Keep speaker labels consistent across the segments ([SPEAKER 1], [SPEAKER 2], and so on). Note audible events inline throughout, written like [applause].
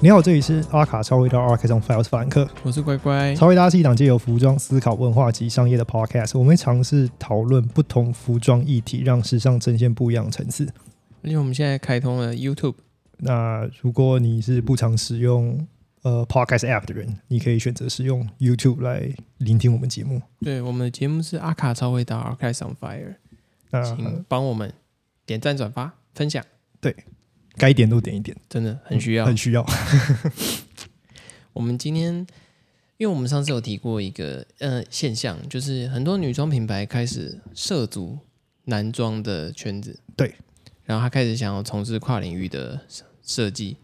[SPEAKER 1] 你好，这里是阿卡超回到阿卡中 Files 法兰克。
[SPEAKER 2] 我是乖乖。
[SPEAKER 1] 超回答是一档借由服装思考、文化及商业的 podcast，我们会尝试讨论不同服装议题，让时尚呈现不一样的层次。
[SPEAKER 2] 而且我们现在开通了 YouTube，
[SPEAKER 1] 那如果你是不常使用呃 podcast app 的人，你可以选择使用 YouTube 来聆听我们节目。
[SPEAKER 2] 对，我们的节目是阿卡超会打 a r c h i v e on Fire，
[SPEAKER 1] 那
[SPEAKER 2] 请帮我们点赞、转发、分享，
[SPEAKER 1] 该点都点一点，
[SPEAKER 2] 真的很需要。
[SPEAKER 1] 嗯很需要。
[SPEAKER 2] 我们今天，因为我们上次有提过一个呃现象，就是很多女装品牌开始涉足男装的圈子，
[SPEAKER 1] 对，
[SPEAKER 2] 然后她开始想要从事跨领域的设设计。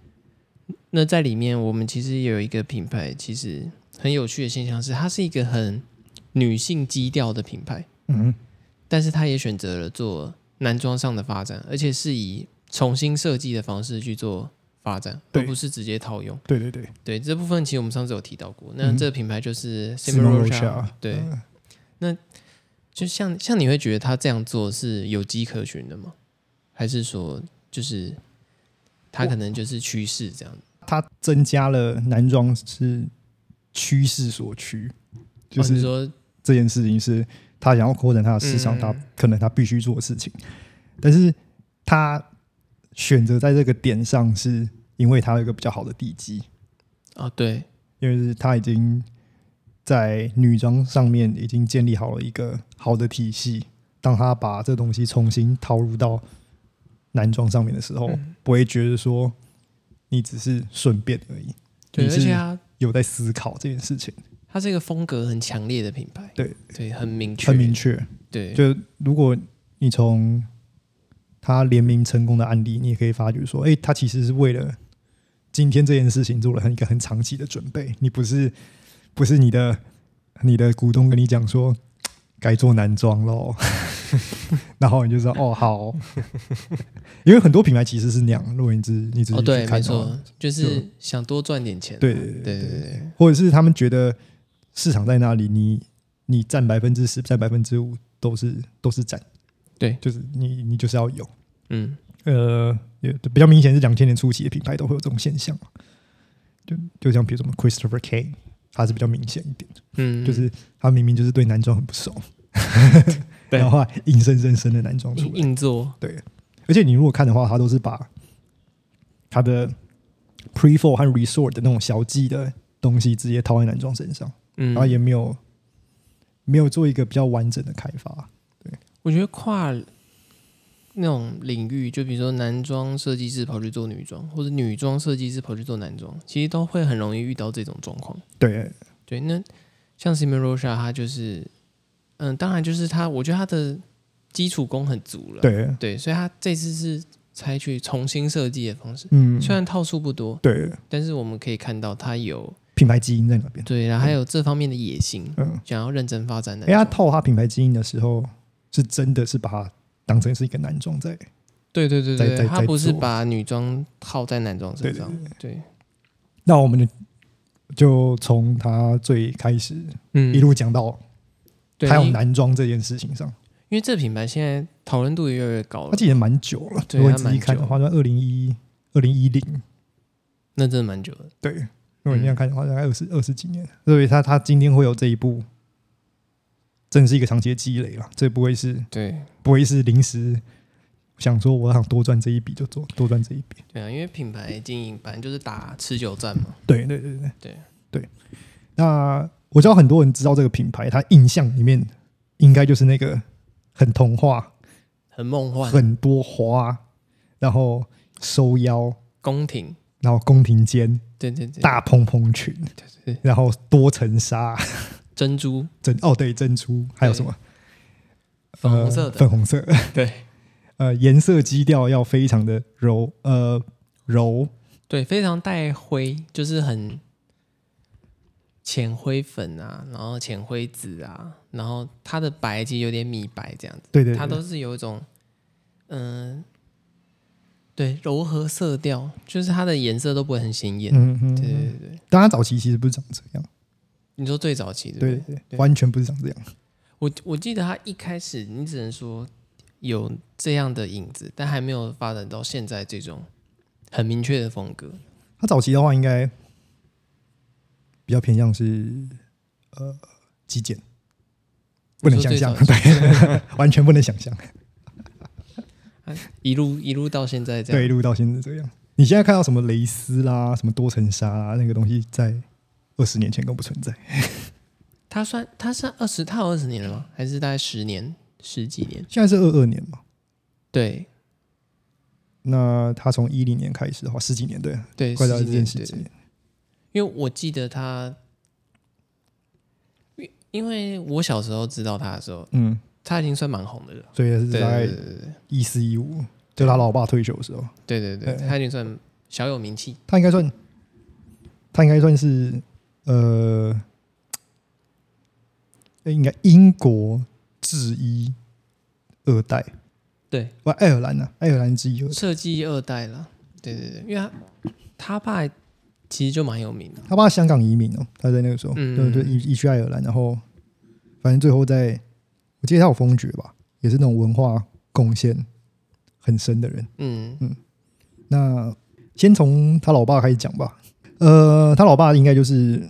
[SPEAKER 2] 那在里面，我们其实也有一个品牌，其实很有趣的现象是，它是一个很女性基调的品牌。
[SPEAKER 1] 嗯，
[SPEAKER 2] 但是他也选择了做男装上的发展，而且是以重新设计的方式去做发展，
[SPEAKER 1] 对
[SPEAKER 2] 而不是直接套用。
[SPEAKER 1] 对对对，
[SPEAKER 2] 对这部分，其实我们上次有提到过。那
[SPEAKER 1] 嗯
[SPEAKER 2] 这个品牌就是 s i
[SPEAKER 1] 斯
[SPEAKER 2] m
[SPEAKER 1] 蒙
[SPEAKER 2] o r
[SPEAKER 1] 罗
[SPEAKER 2] o c h
[SPEAKER 1] 夏
[SPEAKER 2] a，对，啊
[SPEAKER 1] 嗯
[SPEAKER 2] 那就像像你会觉得他这样做是有迹可循的吗？还是说就是他可能就是趋势这样？
[SPEAKER 1] 它增加了男装是趋势所趋，就
[SPEAKER 2] 哦你
[SPEAKER 1] 是
[SPEAKER 2] 说
[SPEAKER 1] 这件事情是他想要扩展他的市场，
[SPEAKER 2] 嗯
[SPEAKER 1] 他可能他必须做的事情，但是他选择在这个点上，是因为他有一个比较好的地基，
[SPEAKER 2] 哦，对，
[SPEAKER 1] 因为是他已经在女装上面已经建立好了一个好的体系，当他把这东西重新投入到男装上面的时候，
[SPEAKER 2] 嗯
[SPEAKER 1] 不会觉得说你只是顺便而已，
[SPEAKER 2] 对，
[SPEAKER 1] 你
[SPEAKER 2] 而
[SPEAKER 1] 是
[SPEAKER 2] 且他
[SPEAKER 1] 有在思考这件事情，
[SPEAKER 2] 他是一个风格很强烈的品牌，
[SPEAKER 1] 对
[SPEAKER 2] 对，很明确，
[SPEAKER 1] 很明确。
[SPEAKER 2] 对，
[SPEAKER 1] 就如果你从他联名成功的案例，你也可以发觉说，哎、他其实是为了今天这件事情做了很一个很长期的准备。你不是不是你的你的股东跟你讲说该做男装喽， [laughs] 然后你就知道哦好 [laughs] 哦，因为很多品牌其实是那样。如果你只你只
[SPEAKER 2] 哦，
[SPEAKER 1] 是
[SPEAKER 2] 对，
[SPEAKER 1] 去
[SPEAKER 2] 没
[SPEAKER 1] 看的话，
[SPEAKER 2] 错，就是想多赚点钱。啊
[SPEAKER 1] 对对对
[SPEAKER 2] 对对对，
[SPEAKER 1] 或者是他们觉得市场在哪里，你你占百分之十、占百分之五都是都是占，
[SPEAKER 2] 对
[SPEAKER 1] 就是你你就是要有。
[SPEAKER 2] 嗯，
[SPEAKER 1] 呃，也比较明显是两千年初期的品牌都会有这种现象嘛，就就像比如什么 Christopher Kane，他是比较明显一点的，
[SPEAKER 2] 嗯，
[SPEAKER 1] 就是他明明就是对男装很不熟，
[SPEAKER 2] [laughs]
[SPEAKER 1] [laughs]
[SPEAKER 2] 对
[SPEAKER 1] 然后还硬生生生的男装出
[SPEAKER 2] 硬
[SPEAKER 1] 来。
[SPEAKER 2] 嗯硬做，
[SPEAKER 1] 而且你如果看的话，他都是把他的 Prefor 和 Resort 的那种小技的东西直接套在男装身上，
[SPEAKER 2] 嗯
[SPEAKER 1] 然后，也没有没有做一个比较完整的开发。
[SPEAKER 2] 我觉得跨那种领域，就比如说男装设计师跑去做女装，或者女装设计师跑去做男装，其实都会很容易遇到这种状况。
[SPEAKER 1] 对，
[SPEAKER 2] 对，那像 Simon Rocha，他就是，嗯，当然就是他，我觉得他的基础功很足了。
[SPEAKER 1] 对，
[SPEAKER 2] 对，所以他这次是采取重新设计的方式，
[SPEAKER 1] 嗯，
[SPEAKER 2] 虽然套数不多，
[SPEAKER 1] 对
[SPEAKER 2] 但是我们可以看到他有。
[SPEAKER 1] 品牌基因在那边。
[SPEAKER 2] 对，然后还有这方面的野心，
[SPEAKER 1] 嗯，
[SPEAKER 2] 想要认真发展的
[SPEAKER 1] 哎、。他套他品牌基因的时候，是真的是把它当成是一个男装在。
[SPEAKER 2] 对对对
[SPEAKER 1] 在在
[SPEAKER 2] 对，他
[SPEAKER 1] 在
[SPEAKER 2] 不是
[SPEAKER 1] 做
[SPEAKER 2] 把女装套在男装
[SPEAKER 1] 对
[SPEAKER 2] 身
[SPEAKER 1] 对
[SPEAKER 2] 上。对，
[SPEAKER 1] 那我们就从他最开始
[SPEAKER 2] 嗯
[SPEAKER 1] 一路讲到
[SPEAKER 2] 对，
[SPEAKER 1] 还有
[SPEAKER 2] 因
[SPEAKER 1] 男装这件事情上，
[SPEAKER 2] 因为这品牌现在讨论度也越来越高
[SPEAKER 1] 他
[SPEAKER 2] 了，
[SPEAKER 1] 其实蛮久了。
[SPEAKER 2] 对
[SPEAKER 1] 如果你
[SPEAKER 2] 他
[SPEAKER 1] 仔细
[SPEAKER 2] 蛮
[SPEAKER 1] 看的
[SPEAKER 2] 久
[SPEAKER 1] 话，在二零一二零一零，
[SPEAKER 2] 那真的蛮久的。
[SPEAKER 1] 对，如果你这
[SPEAKER 2] 嗯
[SPEAKER 1] 样看的话，大概二十二十几年。所以他他今天会有这一步，真是一个长期的积累了。这不会是
[SPEAKER 2] 对
[SPEAKER 1] 不会是临时想说我想多赚这一笔就做多赚这一笔。
[SPEAKER 2] 对啊，因为品牌经营本来就是打持久战嘛。
[SPEAKER 1] 对对对对
[SPEAKER 2] 对
[SPEAKER 1] 对。那我知道很多人知道这个品牌，他印象里面应该就是那个很童话、
[SPEAKER 2] 很梦幻，
[SPEAKER 1] 很多花，然后收腰，
[SPEAKER 2] 宫廷，
[SPEAKER 1] 然后宫廷间
[SPEAKER 2] 对对对，
[SPEAKER 1] 大蓬蓬裙，
[SPEAKER 2] 对
[SPEAKER 1] 然后多层纱，
[SPEAKER 2] 珍珠，
[SPEAKER 1] 珍哦对珍珠，还有什么
[SPEAKER 2] 粉红色
[SPEAKER 1] 呃
[SPEAKER 2] 的，
[SPEAKER 1] 粉红色，
[SPEAKER 2] [laughs] 对
[SPEAKER 1] 呃颜色基调要非常的柔呃柔，
[SPEAKER 2] 对，非常带灰，就是很浅灰粉啊，然后浅灰紫啊，然后它的白其实有点米白这样子。
[SPEAKER 1] 对对
[SPEAKER 2] 它
[SPEAKER 1] 对
[SPEAKER 2] 都是有一种，嗯、对，柔和色调，就是它的颜色都不会很显眼。
[SPEAKER 1] 嗯嗯，嗯
[SPEAKER 2] 对对对，对
[SPEAKER 1] 但它早期其实不是长这样，
[SPEAKER 2] 你说最早期对不
[SPEAKER 1] 对
[SPEAKER 2] 对？
[SPEAKER 1] 对对，完全不是长这样，
[SPEAKER 2] 我我记得它一开始，你只能说有这样的影子，但还没有发展到现在这种很明确的风格。
[SPEAKER 1] 它早期的话应该比较偏向是呃极简，不能想象，
[SPEAKER 2] 你说最
[SPEAKER 1] 对， [laughs] 完全不能想象，
[SPEAKER 2] 一路一路到现在这
[SPEAKER 1] 对，一
[SPEAKER 2] 样，
[SPEAKER 1] 路到现在这样。你现在看到什么蕾丝啦，什么多层纱啦，那个东西在二十年前更不存在，
[SPEAKER 2] 他算他算二十，他有二十年了吗？还是大概十年、十几年？
[SPEAKER 1] 现在是二二年嘛。
[SPEAKER 2] 对
[SPEAKER 1] 那他从一零年开始的话，十几年对，
[SPEAKER 2] 对，
[SPEAKER 1] 快到
[SPEAKER 2] 十
[SPEAKER 1] 这
[SPEAKER 2] 几年
[SPEAKER 1] 件十
[SPEAKER 2] 对
[SPEAKER 1] 几年，
[SPEAKER 2] 因为我记得他，因为我小时候知道他的时候，
[SPEAKER 1] 嗯，
[SPEAKER 2] 他已经算蛮红的了。
[SPEAKER 1] 所以是
[SPEAKER 2] 对
[SPEAKER 1] 大概
[SPEAKER 2] 对对对
[SPEAKER 1] 一四一五，就他老爸退休的时候，
[SPEAKER 2] 对对
[SPEAKER 1] 哎
[SPEAKER 2] 对，对他已经算小有名气。
[SPEAKER 1] 他应该算，他应该算是呃，诶应该英国制衣二代，
[SPEAKER 2] 对，
[SPEAKER 1] 不爱尔兰呐、啊爱尔兰制衣二代。
[SPEAKER 2] 设计二代了。对对对，因为他他爸其实就蛮有名的。
[SPEAKER 1] 他爸香港移民哦、他在那个时候，
[SPEAKER 2] 嗯
[SPEAKER 1] 对对，移移去爱尔兰，然后反正最后在，我记得他有封爵吧，也是那种文化贡献很深的人。
[SPEAKER 2] 嗯，
[SPEAKER 1] 那先从他老爸开始讲吧。呃，他老爸应该就是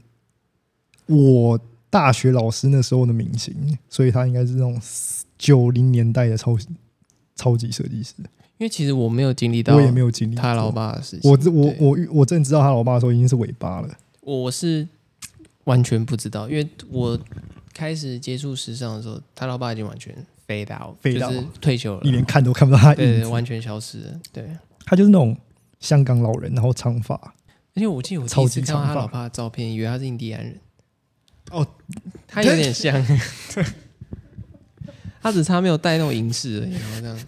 [SPEAKER 1] 我大学老师那时候的明星，所以他应该是那种九零年代的超超级设计师。
[SPEAKER 2] 因为其实我没有经历到
[SPEAKER 1] 我也没有经历过
[SPEAKER 2] 啊他老，爸的事情，
[SPEAKER 1] 我我
[SPEAKER 2] 对
[SPEAKER 1] 我我真的知道他老爸的时候已经是尾巴了。
[SPEAKER 2] 我我是完全不知道，因为我开始接触时尚的时候，他老爸已经完全 fade out，
[SPEAKER 1] Fade
[SPEAKER 2] 就是
[SPEAKER 1] out
[SPEAKER 2] 退休了，
[SPEAKER 1] 你连看都看不到他
[SPEAKER 2] 对啊
[SPEAKER 1] 影
[SPEAKER 2] 对，
[SPEAKER 1] 子，
[SPEAKER 2] 完全消失了。对，
[SPEAKER 1] 他就是那种香港老人，然后长发。
[SPEAKER 2] 而且我记得我第
[SPEAKER 1] 超
[SPEAKER 2] 一
[SPEAKER 1] 级
[SPEAKER 2] 次看到他
[SPEAKER 1] 长发
[SPEAKER 2] 老爸的照片，以为他是印第安人。
[SPEAKER 1] 哦，
[SPEAKER 2] 他有点像， [laughs] 他只差没有带那种银饰而已，然后这样，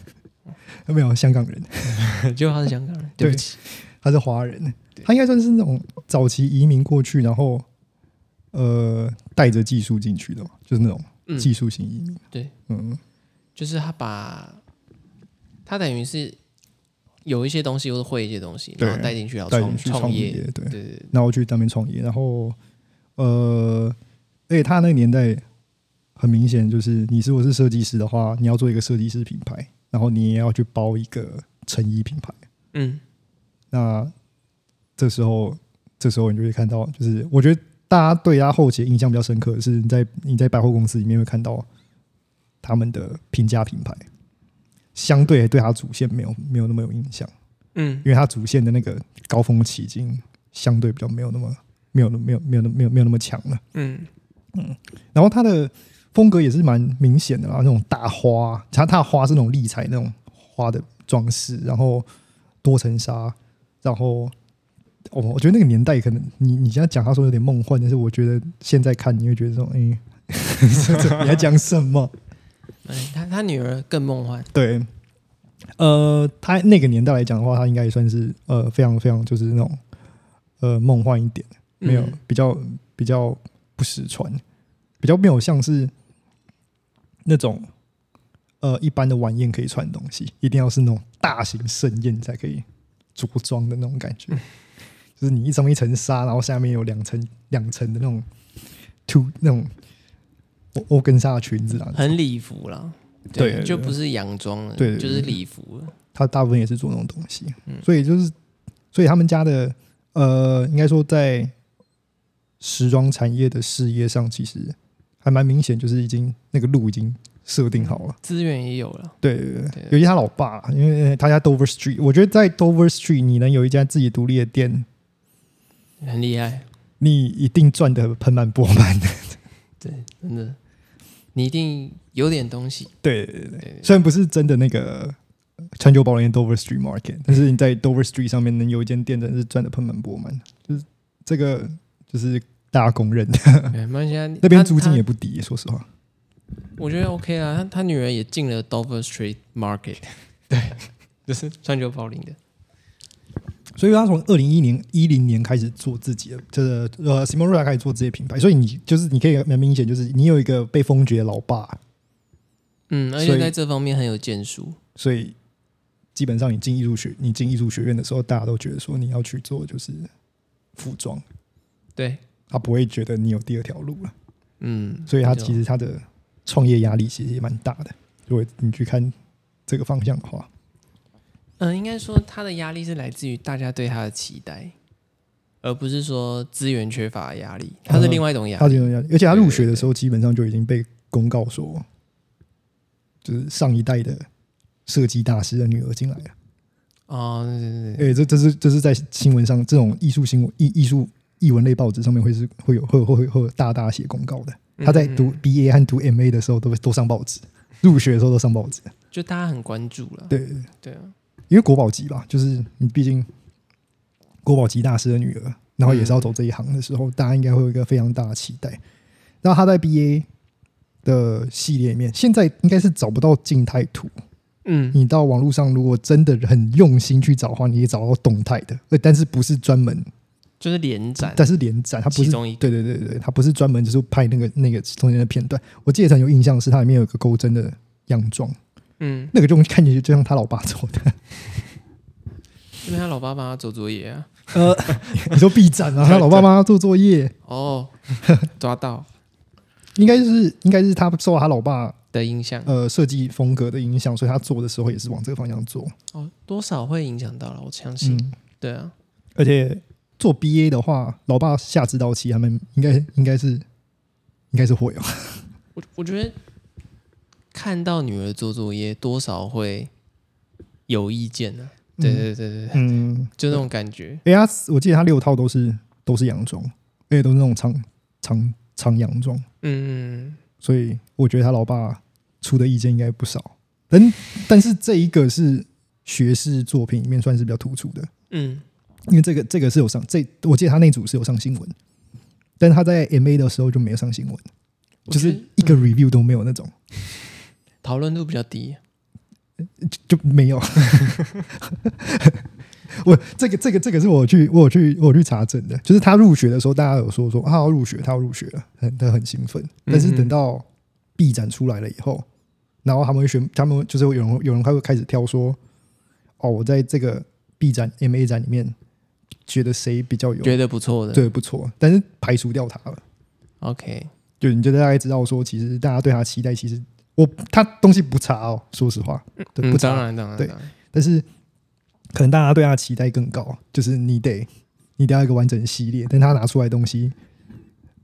[SPEAKER 1] 呃没有香港人，
[SPEAKER 2] 结果他是香港人，对不起，
[SPEAKER 1] 他是华人，他应该算是那种早期移民过去，然后呃带着技术进去的嘛，就是那种
[SPEAKER 2] 嗯，
[SPEAKER 1] 技术型移民。
[SPEAKER 2] 对，
[SPEAKER 1] 嗯，
[SPEAKER 2] 就是他把，他等于是有一些东西，或者会一些东西，
[SPEAKER 1] 对
[SPEAKER 2] 然后带进去，然后
[SPEAKER 1] 带人
[SPEAKER 2] 哦创
[SPEAKER 1] 去创
[SPEAKER 2] 业，
[SPEAKER 1] 对，
[SPEAKER 2] 对对对，
[SPEAKER 1] 然后去那边创业，然后呃，而且他那个年代很明显就是，你如果是设计师的话，你要做一个设计师品牌，然后你也要去包一个成衣品牌。
[SPEAKER 2] 嗯，
[SPEAKER 1] 那这时候，这时候你就会看到，就是我觉得大家对他后期的印象比较深刻的是，你在你在百货公司里面会看到他们的平价品牌，相对对他主线没有没有那么有印象。
[SPEAKER 2] 嗯，
[SPEAKER 1] 因为它主线的那个高峰期已经相对比较没有那么没有那没有没有那没有没有那么强了。
[SPEAKER 2] 嗯，
[SPEAKER 1] 然后它的风格也是蛮明显的啦，那种大花，它它的花是那种立彩那种花的装饰，然后多层纱，然后我、我觉得那个年代可能你你现在讲他说有点梦幻，但是我觉得现在看你会觉得说，哎、 [laughs] 这你在讲什么？
[SPEAKER 2] 哎，他他女儿更梦幻，
[SPEAKER 1] 对，呃，他那个年代来讲的话，他应该也算是呃非常非常就是那种呃梦幻一点，没有、
[SPEAKER 2] 嗯
[SPEAKER 1] 比较比较不实穿，比较没有像是那种呃一般的晚宴可以穿的东西，一定要是那种大型盛宴才可以着装的那种感觉， [laughs] 就是你一层一层纱，然后下面有两层两层的那种 two 那种欧欧根纱的裙子啊，
[SPEAKER 2] 很礼服啦，
[SPEAKER 1] 对对对
[SPEAKER 2] 就不是洋装了，
[SPEAKER 1] 对对对
[SPEAKER 2] 就是礼服了，
[SPEAKER 1] 他大部分也是做那种东西，
[SPEAKER 2] 嗯
[SPEAKER 1] 所以就是，所以他们家的呃，应该说在时装产业的事业上，其实还蛮明显，就是已经那个路已经设定好了。
[SPEAKER 2] 资源也有了，
[SPEAKER 1] 对对对
[SPEAKER 2] 嗯对，
[SPEAKER 1] 尤其他老爸啦，因为他家 Dover Street，我觉得在 Dover Street 你能有一家自己独立的店，
[SPEAKER 2] 很厉害，
[SPEAKER 1] 你一定赚得盆满钵满的。
[SPEAKER 2] 对，真的，你一定有点东西，
[SPEAKER 1] 对对对 [laughs]
[SPEAKER 2] 对
[SPEAKER 1] 对，虽然不是真的那个呃川久保玲的 Dover Street Market，但是你在 Dover Street 上面能有一间店，真的是赚的盆满钵满，就是这个就是大家公认的。 [laughs]
[SPEAKER 2] 对，没关系啊，他
[SPEAKER 1] 那边租金，也
[SPEAKER 2] 他
[SPEAKER 1] 不低，说实话。
[SPEAKER 2] 我觉得 OK 啊，他他女儿也进了 Dover Street
[SPEAKER 1] [laughs]
[SPEAKER 2] Market，对，就是川久保玲的，
[SPEAKER 1] 所以他从二零一零一零年开始做自己的，这个呃 s i m o r a 开始做自己的品牌，所以你就是你可以蛮明显，就是你有一个被封爵的老爸，
[SPEAKER 2] 嗯，而
[SPEAKER 1] 所
[SPEAKER 2] 且
[SPEAKER 1] 以
[SPEAKER 2] 在这方面很有建树，
[SPEAKER 1] 所以基本上你进艺术学你进艺术学院的时候，大家都觉得说你要去做就是服装，
[SPEAKER 2] 对，
[SPEAKER 1] 他不会觉得你有第二条路了。
[SPEAKER 2] 嗯，
[SPEAKER 1] 所以他
[SPEAKER 2] 没错
[SPEAKER 1] 其实他的创业压力其实也蛮大的。如果你去看这个方向的话，
[SPEAKER 2] 嗯，应该说他的压力是来自于大家对他的期待，而不是说资源缺乏的压力，它
[SPEAKER 1] 嗯
[SPEAKER 2] 是另外一种压
[SPEAKER 1] 他
[SPEAKER 2] 力。
[SPEAKER 1] 这种压力，而且他入学的时候基本上就已经被公告说，就是上一代的设计大师的女儿进来了。
[SPEAKER 2] 哦，对对对，
[SPEAKER 1] 哎、这这是这是在新闻上，这种艺术新闻、艺艺术艺文类报纸上面会是会有会有会有会有大大写公告的。他在读
[SPEAKER 2] 嗯嗯
[SPEAKER 1] BA 和读 MA 的时候都都上报纸，入学的时候都上报纸。
[SPEAKER 2] 就大家很关注了。
[SPEAKER 1] 对，对
[SPEAKER 2] 对啊，
[SPEAKER 1] 因为国宝级吧，就是你毕竟国宝级大师的女儿，然后也是要走这一行的时候，大家应该会有一个非常大的期待。那她在 BA 的系列里面，现在应该是找不到静态图。
[SPEAKER 2] 嗯，
[SPEAKER 1] 你到网络上如果真的很用心去找的话，你也找到动态的，呃但是不是专门，
[SPEAKER 2] 就是连展
[SPEAKER 1] 但是连展，它不
[SPEAKER 2] 其
[SPEAKER 1] 是
[SPEAKER 2] 中一个。
[SPEAKER 1] 对对对对，它不是专门就是拍那个那个中间的片段。我记得很有印象是它里面有一个钩针的样状，
[SPEAKER 2] 嗯，
[SPEAKER 1] 那个就看起来就像他老爸做
[SPEAKER 2] [laughs]
[SPEAKER 1] 的。
[SPEAKER 2] 因为他老爸帮他做作业啊。
[SPEAKER 1] 呃，你说臂展啊，他老爸帮他做作业， [laughs]
[SPEAKER 2] 哦，抓到
[SPEAKER 1] 应该是应该是他受他老爸
[SPEAKER 2] 的影响
[SPEAKER 1] 呃设计风格的影响，所以他做的时候也是往这个方向做。
[SPEAKER 2] 哦，多少会影响到了，我相信。
[SPEAKER 1] 嗯，
[SPEAKER 2] 对啊，
[SPEAKER 1] 而且做 BA 的话，老爸下指导期他们应该应该是应该是会哦。
[SPEAKER 2] 我我觉得看到女儿做作业，多少会有意见呢、啊。对对对对，对
[SPEAKER 1] 嗯，
[SPEAKER 2] 就那种感
[SPEAKER 1] [laughs]
[SPEAKER 2] 觉。
[SPEAKER 1] 哎、他我记得他六套都是都是洋装，而且都是那种长长长洋装，
[SPEAKER 2] 嗯，嗯
[SPEAKER 1] 所以我觉得他老爸出的意见应该不少。但但是这一个是学士作品里面算是比较突出的。
[SPEAKER 2] 嗯，
[SPEAKER 1] 因为这个这个是有上这，我记得他那组是有上新闻，但他在 M A 的时候就没有上新闻，
[SPEAKER 2] 我
[SPEAKER 1] 就
[SPEAKER 2] 觉
[SPEAKER 1] 是
[SPEAKER 2] 得
[SPEAKER 1] 一个 review 都没有那种，
[SPEAKER 2] 讨论度比较低。
[SPEAKER 1] 就没有。 [laughs] 我这个这个这个是我去我有去我有去查证的，就是他入学的时候，大家有说说啊他要入学，他要入学了，很他很兴奋，
[SPEAKER 2] 嗯
[SPEAKER 1] 但是等到 B 展出来了以后，然后他们会选，他们就是有人有人还会开始挑说，哦，我在这个 B 展 M A 展里面觉得谁比较有
[SPEAKER 2] 觉得不错的。
[SPEAKER 1] 对不错，但是排除掉他了，
[SPEAKER 2] ，OK，
[SPEAKER 1] 就你就大概知道说，其实大家对他期待，其实我他东西不差哦，说实话，对，
[SPEAKER 2] 嗯，
[SPEAKER 1] 不
[SPEAKER 2] 当
[SPEAKER 1] 差，
[SPEAKER 2] 然当然，
[SPEAKER 1] 对
[SPEAKER 2] 当然
[SPEAKER 1] 但是可能大家对他期待更高，就是你得你得要一个完整的系列，但他拿出来的东西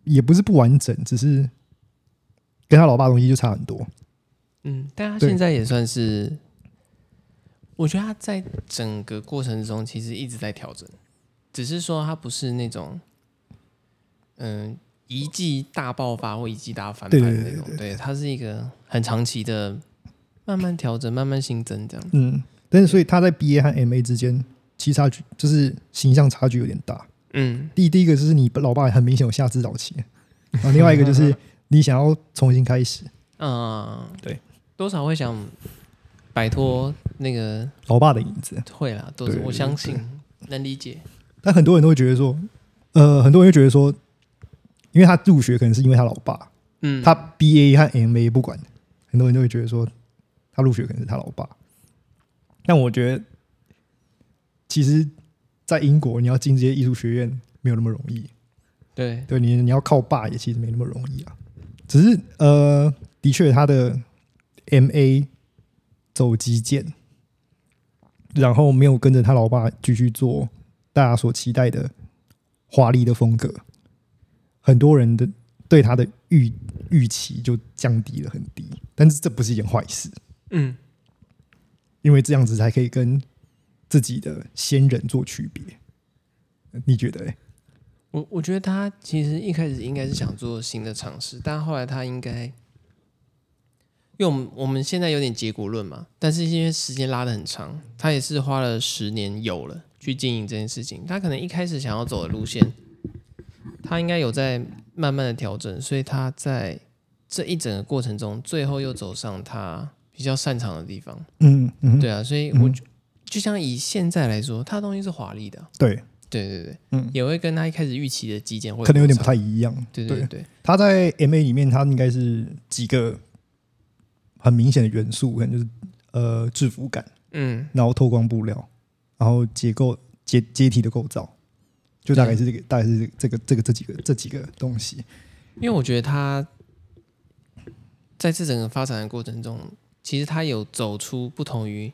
[SPEAKER 1] 也不是不完整，只是跟他老爸的东西就差很多，
[SPEAKER 2] 嗯，但他
[SPEAKER 1] 对
[SPEAKER 2] 现在也算是，我觉得他在整个过程中其实一直在调整，只是说他不是那种，嗯，一季大爆发或一季大翻
[SPEAKER 1] 对
[SPEAKER 2] 盘
[SPEAKER 1] 对
[SPEAKER 2] 那
[SPEAKER 1] 对
[SPEAKER 2] 种，对，他是一个很长期的，慢慢调整，慢慢新增这样。
[SPEAKER 1] 嗯，但是所以他在 B A 和 M A 之间，其实差距就是形象差距有点大，
[SPEAKER 2] 嗯，
[SPEAKER 1] 第第一个就是你老爸很明显有下指导期，然后另外一个就是你想要重新开始，
[SPEAKER 2] 啊、
[SPEAKER 1] 对，
[SPEAKER 2] 多少会想摆脱那个
[SPEAKER 1] 老爸的影子。
[SPEAKER 2] 会啦，都是
[SPEAKER 1] 对
[SPEAKER 2] 我
[SPEAKER 1] 对
[SPEAKER 2] 相信能理解。
[SPEAKER 1] 但很多人都会觉得说，呃，很多人会觉得说，因为他入学可能是因为他老爸，
[SPEAKER 2] 嗯，
[SPEAKER 1] 他 B A 和 M A 不管，很多人都会觉得说他入学可能是他老爸。但我觉得，其实，在英国你要进这些艺术学院没有那么容易，
[SPEAKER 2] 对，
[SPEAKER 1] 对你，你要靠爸也其实没那么容易啊。只是呃，的确他的 M A 走基建，然后没有跟着他老爸继续做大家所期待的华丽的风格，很多人的对他的预预期就降低了很低。但是这不是一件坏事，
[SPEAKER 2] 嗯，
[SPEAKER 1] 因为这样子才可以跟自己的先人做区别。你觉得嘞？欸
[SPEAKER 2] 我我觉得他其实一开始应该是想做新的尝试，但后来他应该，因为我们我们现在有点结果论嘛，但是因为时间拉得很长，他也是花了十年有了去经营这件事情。他可能一开始想要走的路线，他应该有在慢慢的调整，所以他在这一整个过程中，最后又走上他比较擅长的地方。
[SPEAKER 1] 嗯嗯，
[SPEAKER 2] 对啊，所以我就就像以现在来说，他的东西是华丽的啊、
[SPEAKER 1] 对，
[SPEAKER 2] 对对对，
[SPEAKER 1] 嗯
[SPEAKER 2] 也会跟他一开始预期的基建会
[SPEAKER 1] 可能有点
[SPEAKER 2] 落
[SPEAKER 1] 不
[SPEAKER 2] 差
[SPEAKER 1] 太一样。
[SPEAKER 2] 对对对，
[SPEAKER 1] 他在 M A 里面，他应该是几个很明显的元素，可能就是呃制服感，
[SPEAKER 2] 嗯
[SPEAKER 1] 然后透光布料，然后结构阶阶梯的构造，就大概是这个，
[SPEAKER 2] 嗯
[SPEAKER 1] 大概是这个这个这几个这几个东西。
[SPEAKER 2] 因为我觉得他在这整个发展的过程中，其实他有走出不同于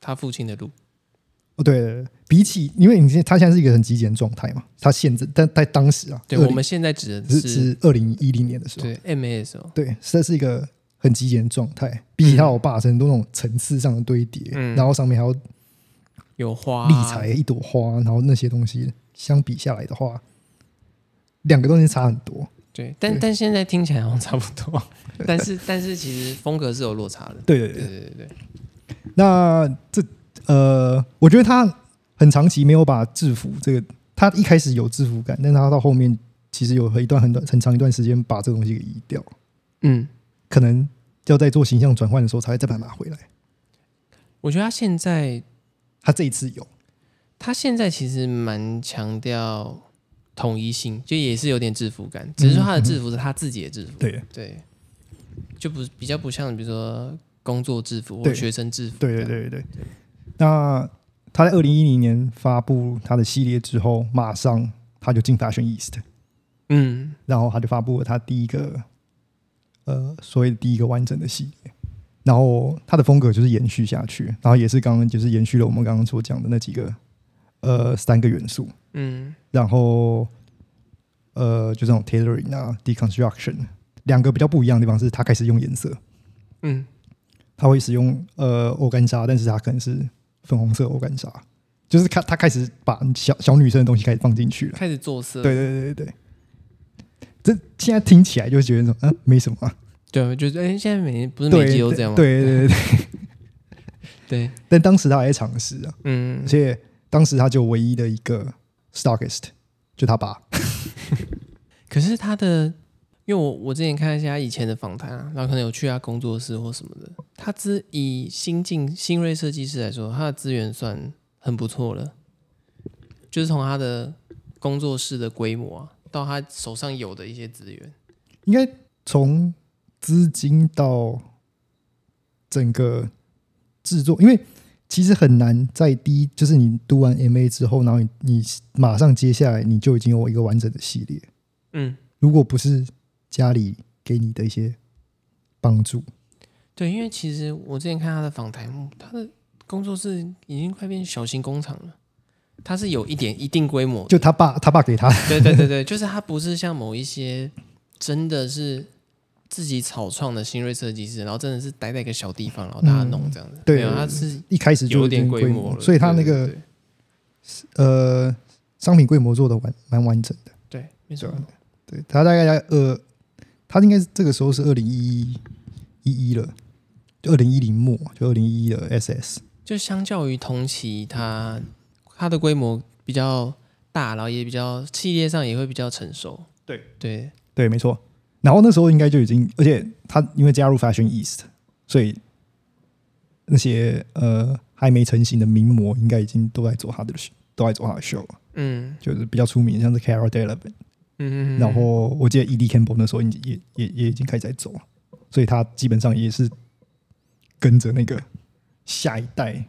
[SPEAKER 2] 他父亲的路，
[SPEAKER 1] 哦，对对对，比起因为你现他现在是一个很极简状态嘛，他现在但在当时啊，
[SPEAKER 2] 对，
[SPEAKER 1] 20
[SPEAKER 2] 我们现在指的
[SPEAKER 1] 是
[SPEAKER 2] 是
[SPEAKER 1] 是二零一零年的时候，
[SPEAKER 2] 对 MAS 哦，
[SPEAKER 1] 对，这是一个很极简的状态。比起他老爸，很多那种层次上的堆叠，
[SPEAKER 2] 嗯
[SPEAKER 1] 然后上面还要
[SPEAKER 2] 有花啊
[SPEAKER 1] 理财一朵花，然后那些东西相比下来的话，两个东西差很多。
[SPEAKER 2] 对，但
[SPEAKER 1] 对
[SPEAKER 2] 但现在听起来好像差不多， [laughs] 但是但是其实风格是有落差的。
[SPEAKER 1] 对对对
[SPEAKER 2] 对对对对，
[SPEAKER 1] 那这呃，我觉得他很长期没有把制服这个，他一开始有制服感，但他到后面其实有一段很短很长一段时间把这个东西给移掉，
[SPEAKER 2] 嗯，
[SPEAKER 1] 可能要在做形象转换的时候才会再把它拿回来。
[SPEAKER 2] 我觉得他现在
[SPEAKER 1] 他这一次有，
[SPEAKER 2] 他现在其实蛮强调统一性，就也是有点制服感，只是说他的制服是他自己的制服，
[SPEAKER 1] 对
[SPEAKER 2] 对，就不比较不像比如说工作制服或
[SPEAKER 1] 对
[SPEAKER 2] 学生制服，
[SPEAKER 1] 对对，对对对。那他在二零一零年发布他的系列之后，马上他就进 Fashion East，
[SPEAKER 2] 嗯，
[SPEAKER 1] 然后他就发布了他第一个呃所谓的第一个完整的系列，然后他的风格就是延续下去，然后也是刚刚就是延续了我们刚刚所讲的那几个呃三个元素，
[SPEAKER 2] 嗯，
[SPEAKER 1] 然后呃就这种 tailoring 啊 deconstruction 两个比较不一样的地方是，他开始用颜色，
[SPEAKER 2] 嗯，
[SPEAKER 1] 他会使用呃欧干纱，但是他可能是粉红色欧干纱，就是看他开始把小小女生的东西开始放进去了。
[SPEAKER 2] 开始做色，
[SPEAKER 1] 对对对对对，这现在听起来就觉得说，嗯，没什么啊、
[SPEAKER 2] 对，就是哎，现在每年不是每
[SPEAKER 1] 对
[SPEAKER 2] 集都这样吗？
[SPEAKER 1] 对对对对，
[SPEAKER 2] 对，
[SPEAKER 1] 但当时他还在尝试啊，
[SPEAKER 2] 嗯
[SPEAKER 1] 而，且当时他就唯一的一个 stockist，就他爸。
[SPEAKER 2] 可是他的，因为我我之前看一下他以前的访谈啊，然后可能有去他工作室或什么的，他资以新进新锐设计师来说，他的资源算很不错了，就是从他的工作室的规模啊，到他手上有的一些资源，
[SPEAKER 1] 应该从资金到整个制作，因为其实很难在第一，就是你读完 MA 之后，然后你你马上接下来你就已经有一个完整的系列。
[SPEAKER 2] 嗯，
[SPEAKER 1] 如果不是家里给你的一些帮助，
[SPEAKER 2] 对，因为其实我之前看他的访谈，嗯他的工作室已经快变小型工厂了，他是有一点一定规模的，
[SPEAKER 1] 就他爸他爸给他，
[SPEAKER 2] 对对对对，就是他不是像某一些真的是自己草创的新锐设计师，然后真的是待在一个小地方，然后大家弄这样子。
[SPEAKER 1] 对
[SPEAKER 2] 没有，他是
[SPEAKER 1] 一开始就
[SPEAKER 2] 有
[SPEAKER 1] 已
[SPEAKER 2] 点
[SPEAKER 1] 经
[SPEAKER 2] 规
[SPEAKER 1] 规
[SPEAKER 2] 模了，
[SPEAKER 1] 所以他那
[SPEAKER 2] 对
[SPEAKER 1] 个
[SPEAKER 2] 对对
[SPEAKER 1] 呃商品规模做的完蛮完整的。
[SPEAKER 2] 对，没错
[SPEAKER 1] 对，对他大概在呃，他应该是这个时候是二零一一一了，就二零一零末，就二零一一的 SS。
[SPEAKER 2] 就相较于同期，他他的规模比较大，然后也比较系列上也会比较成熟。
[SPEAKER 1] 对
[SPEAKER 2] 对，
[SPEAKER 1] 对，没错。然后那时候应该就已经，而且他因为加入 Fashion East，所以那些呃还没成型的名模应该已经都在做他的 show- 都在做他的 show，了
[SPEAKER 2] 嗯
[SPEAKER 1] 就是比较出名，像是 Cara Delevingne，、
[SPEAKER 2] 嗯，嗯嗯
[SPEAKER 1] 然后我记得 E.D. Campbell 那时候已经也也也已经开始在走了，所以他基本上也是跟着那个下一代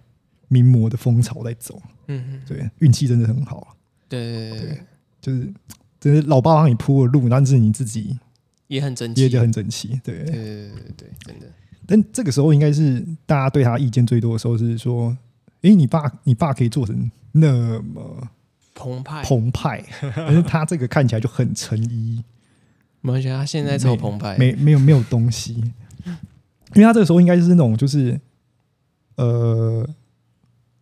[SPEAKER 1] 名模的风潮在走。
[SPEAKER 2] 嗯，嗯
[SPEAKER 1] 对，运气真的很好啊，
[SPEAKER 2] 对对对对，
[SPEAKER 1] 就是真的老爸帮你铺了路，但是你自己
[SPEAKER 2] 也很整
[SPEAKER 1] 也
[SPEAKER 2] 齐。
[SPEAKER 1] 就
[SPEAKER 2] 对
[SPEAKER 1] 很整齐。对，
[SPEAKER 2] 对对对对，真的。
[SPEAKER 1] 但这个时候应该是大家对他意见最多的时候，是说，诶，你爸你爸可以做成那么
[SPEAKER 2] 澎湃，
[SPEAKER 1] 澎湃，但是他这个看起来就很成衣。
[SPEAKER 2] 我们觉得他现在超澎湃，
[SPEAKER 1] 没没有没有东西，因为他这个时候应该是那种就是呃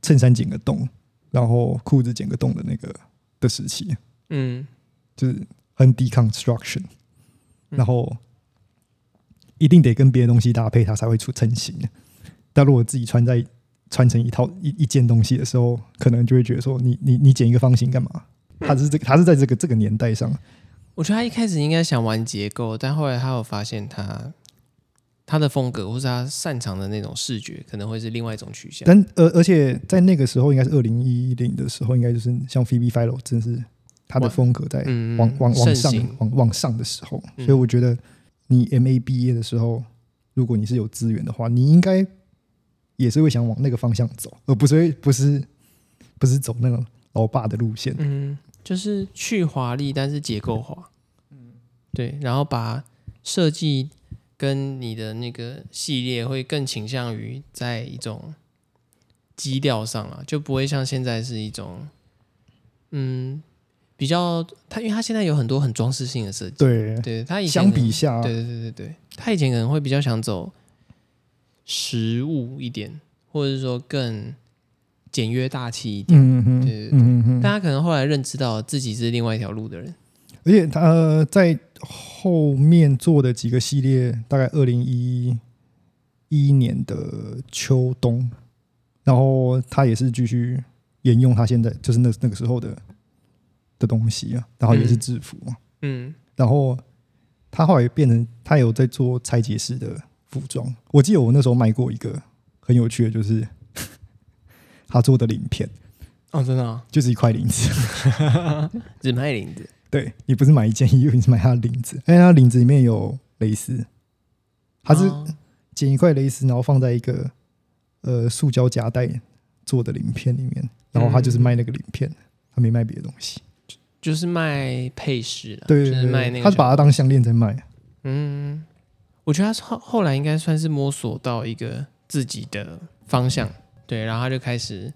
[SPEAKER 1] 衬衫剪个洞，然后裤子剪个洞的那个的时期，
[SPEAKER 2] 嗯，
[SPEAKER 1] 就是很 deconstruction，
[SPEAKER 2] 嗯
[SPEAKER 1] 然后一定得跟别的东西搭配，它才会出成型。但如果自己穿在穿成一套一一件东西的时候，可能就会觉得说你你你剪一个方形干嘛？他是这个，他是在这个这个年代上，
[SPEAKER 2] 我觉得他一开始应该想玩结构，但后来他有发现他他的风格或是他擅长的那种视觉，可能会是另外一种取向。
[SPEAKER 1] 但而、而且在那个时候，应该是二零一零的时候，应该就是像 Phoebe f i l o 真是他的风格在
[SPEAKER 2] 嗯，
[SPEAKER 1] 往往往
[SPEAKER 2] 盛
[SPEAKER 1] 上
[SPEAKER 2] 行
[SPEAKER 1] 往往上的时候，
[SPEAKER 2] 嗯
[SPEAKER 1] 所以我觉得你 MA 毕业的时候，如果你是有资源的话，你应该也是会想往那个方向走，而不是会不是不是走那种老爸的路线。
[SPEAKER 2] 嗯，就是去华丽，但是结构化。对，然后把设计跟你的那个系列会更倾向于在一种基调上啊，就不会像现在是一种，嗯，比较它，因为它现在有很多很装饰性的设计，
[SPEAKER 1] 对，
[SPEAKER 2] 对它以前
[SPEAKER 1] 相
[SPEAKER 2] 可能
[SPEAKER 1] 比下，
[SPEAKER 2] 对对对对对，他以前可能会比较想走实物一点，或者是说更简约大气一点。
[SPEAKER 1] 嗯嗯
[SPEAKER 2] 对对
[SPEAKER 1] 嗯嗯嗯，
[SPEAKER 2] 但他可能后来认知到自己是另外一条路的人。
[SPEAKER 1] 而且他、呃在后面做的几个系列，大概二零一一年的秋冬，然后他也是继续沿用他现在就是那那个时候的的东西啊，然后也是制服嘛，
[SPEAKER 2] 嗯
[SPEAKER 1] 然后他后来变成他有在做拆解式的服装，我记得我那时候买过一个很有趣的，就是他做的鳞片，
[SPEAKER 2] 哦，真的、哦，
[SPEAKER 1] 就是一块鳞子。
[SPEAKER 2] 只卖领子。
[SPEAKER 1] 对你不是买一件衣服，你是买它的领子，因为它领子里面有蕾丝，它啊是
[SPEAKER 2] 哦
[SPEAKER 1] 剪一块蕾丝，然后放在一个呃塑胶夹带做的鳞片里面，然后它就是
[SPEAKER 2] 嗯
[SPEAKER 1] 卖那个鳞片，它没卖别的东西。
[SPEAKER 2] 就是卖配饰啦，
[SPEAKER 1] 对
[SPEAKER 2] 啊就
[SPEAKER 1] 对
[SPEAKER 2] 是
[SPEAKER 1] 对
[SPEAKER 2] 卖
[SPEAKER 1] 对
[SPEAKER 2] 那个。
[SPEAKER 1] 它是把它当项链在卖。
[SPEAKER 2] 嗯，我觉得他后后来应该算是摸索到一个自己的方向，对，然后他就开始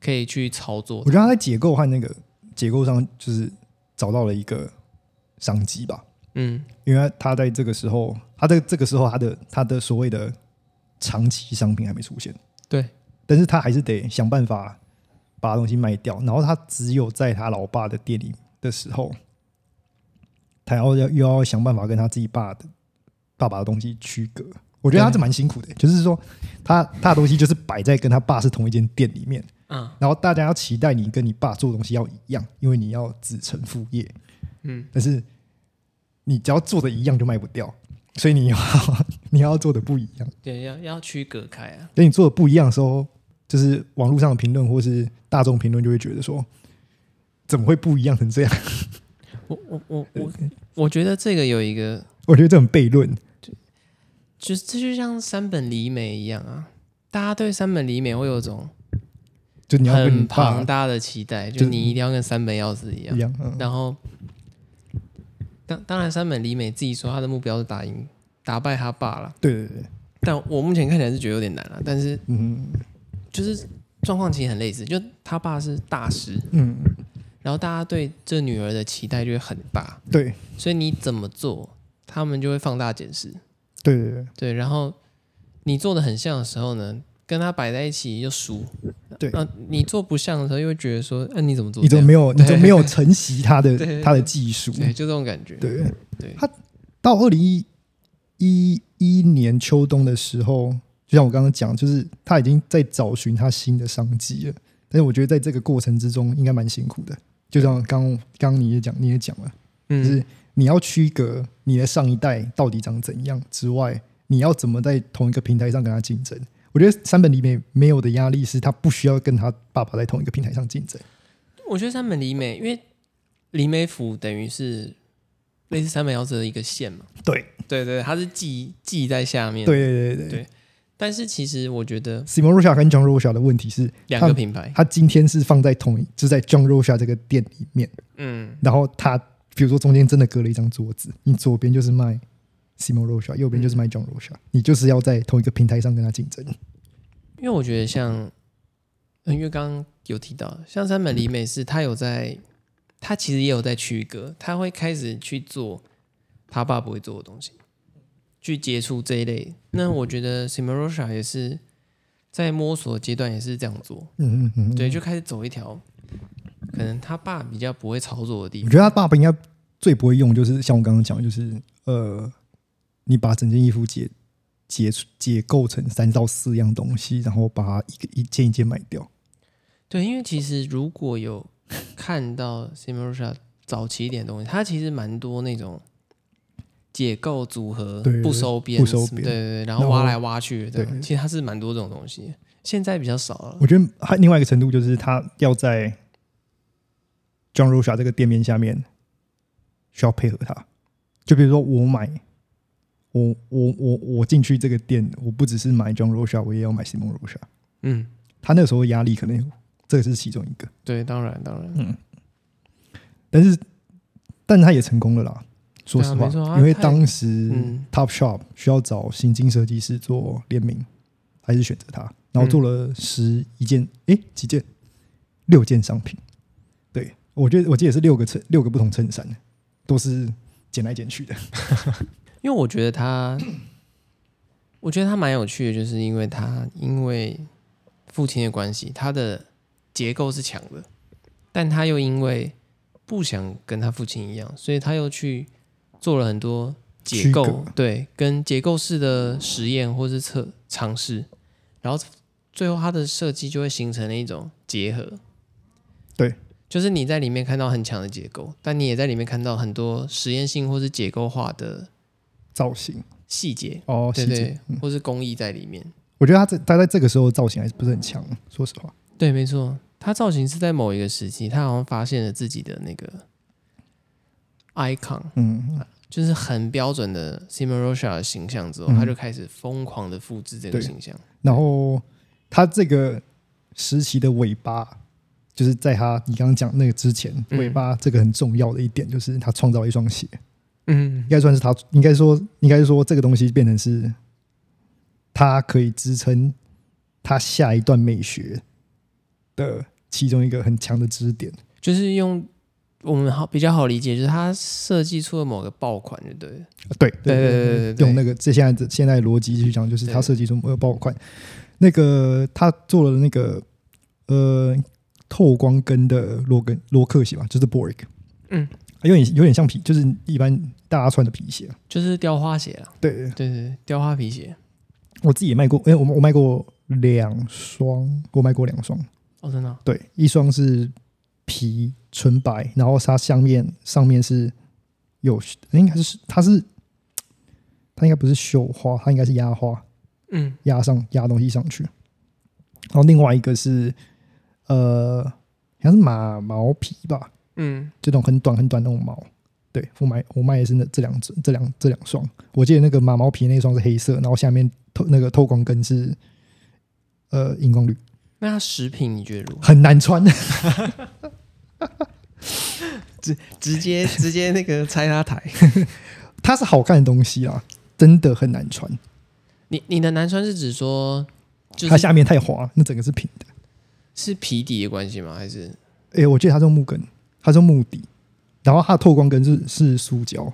[SPEAKER 2] 可以去操作
[SPEAKER 1] 我。觉得它在解构和那个结构上，就是找到了一个商机吧，
[SPEAKER 2] 嗯
[SPEAKER 1] 因为它在这个时候，它在这个时候，它的它的所谓的长期商品还没出现。
[SPEAKER 2] 对，
[SPEAKER 1] 但是他还是得想办法把东西卖掉。然后他只有在他老爸的店里的时候，他要要又要想办法跟他自己爸的爸爸的东西区隔。我觉得他是蛮辛苦的，就是说他他的东西就是摆在跟他爸是同一间店里面，
[SPEAKER 2] 嗯
[SPEAKER 1] 然后大家要期待你跟你爸做的东西要一样，因为你要子承父业。
[SPEAKER 2] 嗯，
[SPEAKER 1] 但是你只要做的一样就卖不掉，所以你要 [laughs] 你要做的不一样。
[SPEAKER 2] 对，要要区隔开啊。
[SPEAKER 1] 跟你做的不一样的时候，就是网络上的评论或是大众评论就会觉得说，怎么会不一样成这样？ [laughs]
[SPEAKER 2] 我我我我我觉得这个有一个，
[SPEAKER 1] 我觉得这种悖论，
[SPEAKER 2] 就是这就像山本里美一样啊，大家对山本里美会有种
[SPEAKER 1] 就你要跟你
[SPEAKER 2] 很
[SPEAKER 1] 爸
[SPEAKER 2] 庞大的期待，
[SPEAKER 1] 就
[SPEAKER 2] 就是你一定要跟山本耀司一样
[SPEAKER 1] 一。样，嗯，
[SPEAKER 2] 然后，当当然山本里美自己说她的目标是打赢打败他爸了，
[SPEAKER 1] 对对嗯对，
[SPEAKER 2] 但我目前看起来是觉得有点难了、但是
[SPEAKER 1] 嗯
[SPEAKER 2] 就是状况其实很类似，就他爸是大师，
[SPEAKER 1] 嗯，
[SPEAKER 2] 然后大家对这女儿的期待就会很大，
[SPEAKER 1] 对
[SPEAKER 2] 所以你怎么做，他们就会放大检视。
[SPEAKER 1] 对对对
[SPEAKER 2] 对，然后你做的很像的时候呢，跟他摆在一起就输。
[SPEAKER 1] 对
[SPEAKER 2] 那、你做不像的时候，又会觉得说，那、你怎么做
[SPEAKER 1] 你
[SPEAKER 2] 这
[SPEAKER 1] 怎
[SPEAKER 2] 样？
[SPEAKER 1] 么没有你
[SPEAKER 2] 对
[SPEAKER 1] 怎么
[SPEAKER 2] [laughs]
[SPEAKER 1] 没有承袭他
[SPEAKER 2] 对对
[SPEAKER 1] 的
[SPEAKER 2] 对
[SPEAKER 1] 他的技术？
[SPEAKER 2] 对，就这种感觉。
[SPEAKER 1] 对，
[SPEAKER 2] 对
[SPEAKER 1] 到二零一一一年秋冬的时候，就像我刚刚讲，就是他已经在找寻他新的商机了。但是我觉得在这个过程之中，应该蛮辛苦的。就像刚刚刚你也讲，你也讲了。
[SPEAKER 2] 嗯，
[SPEAKER 1] 就是你要区隔你的上一代到底长怎样之外，你要怎么在同一个平台上跟他竞争？我觉得山本里面没有的压力是他不需要跟他爸爸在同一个平台上竞争。
[SPEAKER 2] 我觉得山本里美，因为里美府等于是类似山本耀司的一个县嘛。
[SPEAKER 1] 对
[SPEAKER 2] 对对，它是记记在下面。
[SPEAKER 1] 对，对对
[SPEAKER 2] 对
[SPEAKER 1] 对
[SPEAKER 2] 但是其实我觉得
[SPEAKER 1] Simon Rocha 跟 John Rocha 的问题是，
[SPEAKER 2] 两个品牌，
[SPEAKER 1] 他今天是放在同一，就在 John Rocha 这个店里面，
[SPEAKER 2] 嗯，
[SPEAKER 1] 然后他比如说中间真的隔了一张桌子，你左边就是卖 Simon Rocha，右边就是卖 John Rocha，、你就是要在同一个平台上跟他竞争。
[SPEAKER 2] 因为我觉得像，呃因为刚刚有提到，像山本里美是她有在，她其实也有在区隔，她会开始去做她爸不会做的东西，去接触这一类。那我觉得 Simarosha 也是在摸索阶段也是这样做，
[SPEAKER 1] 嗯嗯嗯，嗯
[SPEAKER 2] 对，就开始走一条可能他爸比较不会操作的地
[SPEAKER 1] 我
[SPEAKER 2] 方。
[SPEAKER 1] 觉得他爸爸应该最不会用，就是像我刚刚讲的，就是呃，你把整件衣服解解解构成三到四样东西，然后把它一个一件一件卖掉。
[SPEAKER 2] 对，因为其实如果有看到 Simarosha 早期一点的东西，它其实蛮多那种解构组合
[SPEAKER 1] 对，
[SPEAKER 2] 不收编，
[SPEAKER 1] 不收
[SPEAKER 2] 什么
[SPEAKER 1] 编
[SPEAKER 2] 对对对，然
[SPEAKER 1] 然
[SPEAKER 2] 后
[SPEAKER 1] 后
[SPEAKER 2] 挖来挖去，对，
[SPEAKER 1] 对
[SPEAKER 2] 其实它是蛮多这种东西，现在比较少了
[SPEAKER 1] 我。觉得还另外一个程度就是他要在 John Rocha 这个店面下面需要配合他，就比如说我买。我我我我进去这个店，我不只是买 John Rocha，我也要买 Simon Rocha。
[SPEAKER 2] 嗯，
[SPEAKER 1] 他那时候压力可能有，这个是其中一个。
[SPEAKER 2] 对，当然当然，
[SPEAKER 1] 但是，但他也成功了啦。说实
[SPEAKER 2] 对啊
[SPEAKER 1] 话，
[SPEAKER 2] 没错啊
[SPEAKER 1] 因为
[SPEAKER 2] 他也
[SPEAKER 1] 当时
[SPEAKER 2] 嗯
[SPEAKER 1] Top Shop 需要找行经设计师做联名，他还是选择它。然后做
[SPEAKER 2] 嗯
[SPEAKER 1] 了十一件，诶，几件？六件商品。对，我觉得我记得是六个衬，六个不同衬衫，都是剪来剪去的。
[SPEAKER 2] 因为我觉得他，我觉得他蛮有趣的，就是因为他因为父亲的关系，他的结构是强的，但他又因为不想跟他父亲一样，所以他又去做了很多结
[SPEAKER 1] 区
[SPEAKER 2] 构
[SPEAKER 1] 隔，
[SPEAKER 2] 对，跟结构式的实验或是测尝试，然后最后它的设计就会形成了一种结合。
[SPEAKER 1] 对，
[SPEAKER 2] 就是你在里面看到很强的结构，但你也在里面看到很多实验性或是结构化的
[SPEAKER 1] 造型
[SPEAKER 2] 细节，嗯
[SPEAKER 1] 哦，
[SPEAKER 2] 对
[SPEAKER 1] 细节。
[SPEAKER 2] 对，或是工艺在里面。
[SPEAKER 1] 我觉得他在他在这个时候造型还是不是很强，说实话。
[SPEAKER 2] 对，没错，他造型是在某一个时期，他好像发现了自己的那个 icon，
[SPEAKER 1] 嗯，
[SPEAKER 2] 就是很标准的 Simon Rocha 的形象之后，
[SPEAKER 1] 嗯
[SPEAKER 2] 他就开始疯狂的复制这个
[SPEAKER 1] 对
[SPEAKER 2] 形象。
[SPEAKER 1] 然后他这个时期的尾巴，就是在他你刚刚讲那个之前，
[SPEAKER 2] 嗯
[SPEAKER 1] 尾巴这个很重要的一点就是他创造了一双鞋，
[SPEAKER 2] 嗯
[SPEAKER 1] 应该算是他，应该说应该说这个东西变成是他可以支撑他下一段美学的其中一个很强的支点。
[SPEAKER 2] 就是用我们好比较好理解，就是他设计出了某个爆款，就对了。
[SPEAKER 1] 对
[SPEAKER 2] 对对对对对
[SPEAKER 1] 用那个这现在的现在的逻辑去讲，就是他
[SPEAKER 2] 对
[SPEAKER 1] 设计出呃某个爆款，那个他做了那个呃透光跟的罗根罗克鞋吧，就是 Borg，啊
[SPEAKER 2] 嗯，
[SPEAKER 1] 有点有点像皮，就是一般大家穿的皮鞋。啊
[SPEAKER 2] 就是雕花鞋啦，
[SPEAKER 1] 对，
[SPEAKER 2] 对对对，雕花皮鞋。
[SPEAKER 1] 我自己也卖过，哎、我我卖过两双，我卖过两双，
[SPEAKER 2] 哦，真的哦、
[SPEAKER 1] 对，一双是皮纯白，然后它上面上面是有，应该是它是它应该不是绣花，它应该是压花，
[SPEAKER 2] 嗯，
[SPEAKER 1] 压上压东西上去。然后另外一个是呃，好像是马毛皮吧，
[SPEAKER 2] 嗯，
[SPEAKER 1] 这种很短很短那种毛。对我买我卖的是那这两只这两这两双，我记得那个马毛皮那双是黑色，然后下面透那个透光跟是呃荧光绿，
[SPEAKER 2] 那它食品你觉得如何？
[SPEAKER 1] 很难穿。 [laughs]
[SPEAKER 2] 直接直接那个拆它台。
[SPEAKER 1] 它是好看的东西啦，真的很难穿，
[SPEAKER 2] 你你的难穿是指说，就
[SPEAKER 1] 它
[SPEAKER 2] 是
[SPEAKER 1] 下面太滑，那整个是平的。
[SPEAKER 2] 是皮底的关系吗？还是
[SPEAKER 1] 诶，我记得它是用木根，它是用木底，然后它的透光跟是是塑胶，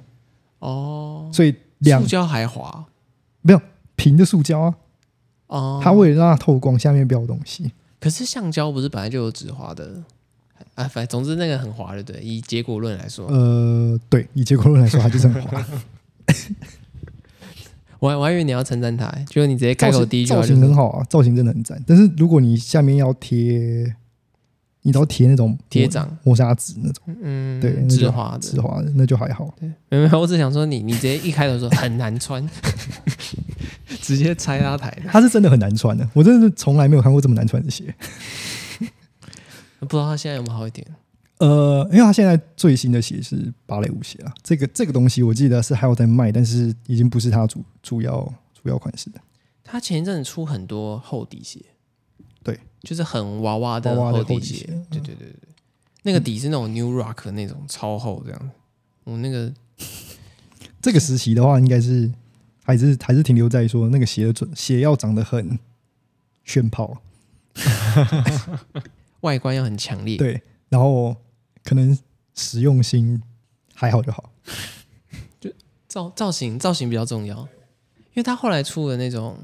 [SPEAKER 2] 哦，
[SPEAKER 1] 所以两
[SPEAKER 2] 塑胶还滑
[SPEAKER 1] 没有平的塑胶啊，
[SPEAKER 2] 哦？
[SPEAKER 1] 它为了让它透光，下面标东西。
[SPEAKER 2] 可是橡胶不是本来就有止滑的啊？反总之那个很滑的，对，以结果论来说，
[SPEAKER 1] 呃，对，以结果论来说，它就是很滑。
[SPEAKER 2] 我还我还以为你要称赞它，结果你直接 [laughs] 开
[SPEAKER 1] 造
[SPEAKER 2] 口
[SPEAKER 1] 型
[SPEAKER 2] 第一句话
[SPEAKER 1] 造
[SPEAKER 2] 就
[SPEAKER 1] 型
[SPEAKER 2] 是
[SPEAKER 1] 很好啊，造型真的很赞。但是如果你下面要贴，你都要贴那种
[SPEAKER 2] 贴掌，
[SPEAKER 1] 磨砂纸那种，
[SPEAKER 2] 嗯，
[SPEAKER 1] 对，那就
[SPEAKER 2] 止滑的
[SPEAKER 1] 直。滑的那就还好。
[SPEAKER 2] 没有没有，我只想说你，你直接一开头说很难穿， [laughs] 直接拆它台的，
[SPEAKER 1] 它是真的很难穿的，我真的是从来没有看过这么难穿的鞋。
[SPEAKER 2] 不知道它现在有没有好一点。
[SPEAKER 1] 呃，因为它现在最新的鞋是芭蕾舞鞋啊，这个这个东西我记得是还有在卖，但是已经不是它主主要主要款式了。
[SPEAKER 2] 它前一阵子出很多厚底鞋，
[SPEAKER 1] 对，
[SPEAKER 2] 就是很娃娃的
[SPEAKER 1] 娃娃的
[SPEAKER 2] 底
[SPEAKER 1] 厚底鞋嗯
[SPEAKER 2] 对对对对对，那个底是那种 New Rock 那种超厚这样。我那个
[SPEAKER 1] 这个时期的话，应该是还是还是停留在说那个鞋的准鞋要长得很炫炮，
[SPEAKER 2] 外观要很强烈，
[SPEAKER 1] 对，然后可能实用性还好就好。
[SPEAKER 2] 造造型造型比较重要，因为他后来出的那种，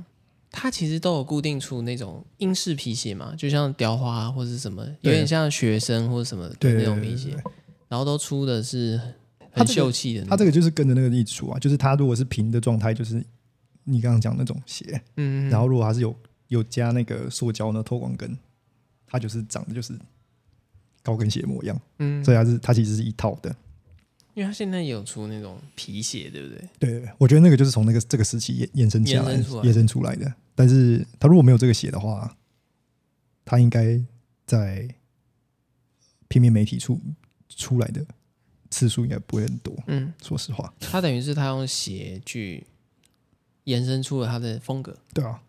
[SPEAKER 2] 他其实都有固定出那种英式皮鞋嘛，就像雕花、啊、或是什么，有
[SPEAKER 1] 对
[SPEAKER 2] 点像学生或者什么的
[SPEAKER 1] 对
[SPEAKER 2] 那种皮
[SPEAKER 1] 对
[SPEAKER 2] 鞋
[SPEAKER 1] 对，
[SPEAKER 2] 然后都出的是
[SPEAKER 1] 它这个
[SPEAKER 2] 很秀气的那种。
[SPEAKER 1] 它这个就是跟着那个一起出啊，就是它如果是平的状态，就是你刚刚讲那种鞋，
[SPEAKER 2] 嗯，
[SPEAKER 1] 然后如果它是有有加那个塑胶呢透光跟，它就是长得就是高跟鞋模样，
[SPEAKER 2] 嗯，
[SPEAKER 1] 所以它是它其实是一套的。
[SPEAKER 2] 因为他现在有出那种皮鞋，对不对？
[SPEAKER 1] 对对，对我觉得那个就是从那个这个时期衍衍生起来、
[SPEAKER 2] 衍生出来
[SPEAKER 1] 衍生出来的。但是他如果没有这个写的话，他应该在平面媒体出出来的次数应该不会很多。
[SPEAKER 2] 嗯，
[SPEAKER 1] 说实话，
[SPEAKER 2] 他等于是他用鞋去延伸出了他的风格。
[SPEAKER 1] 对啊，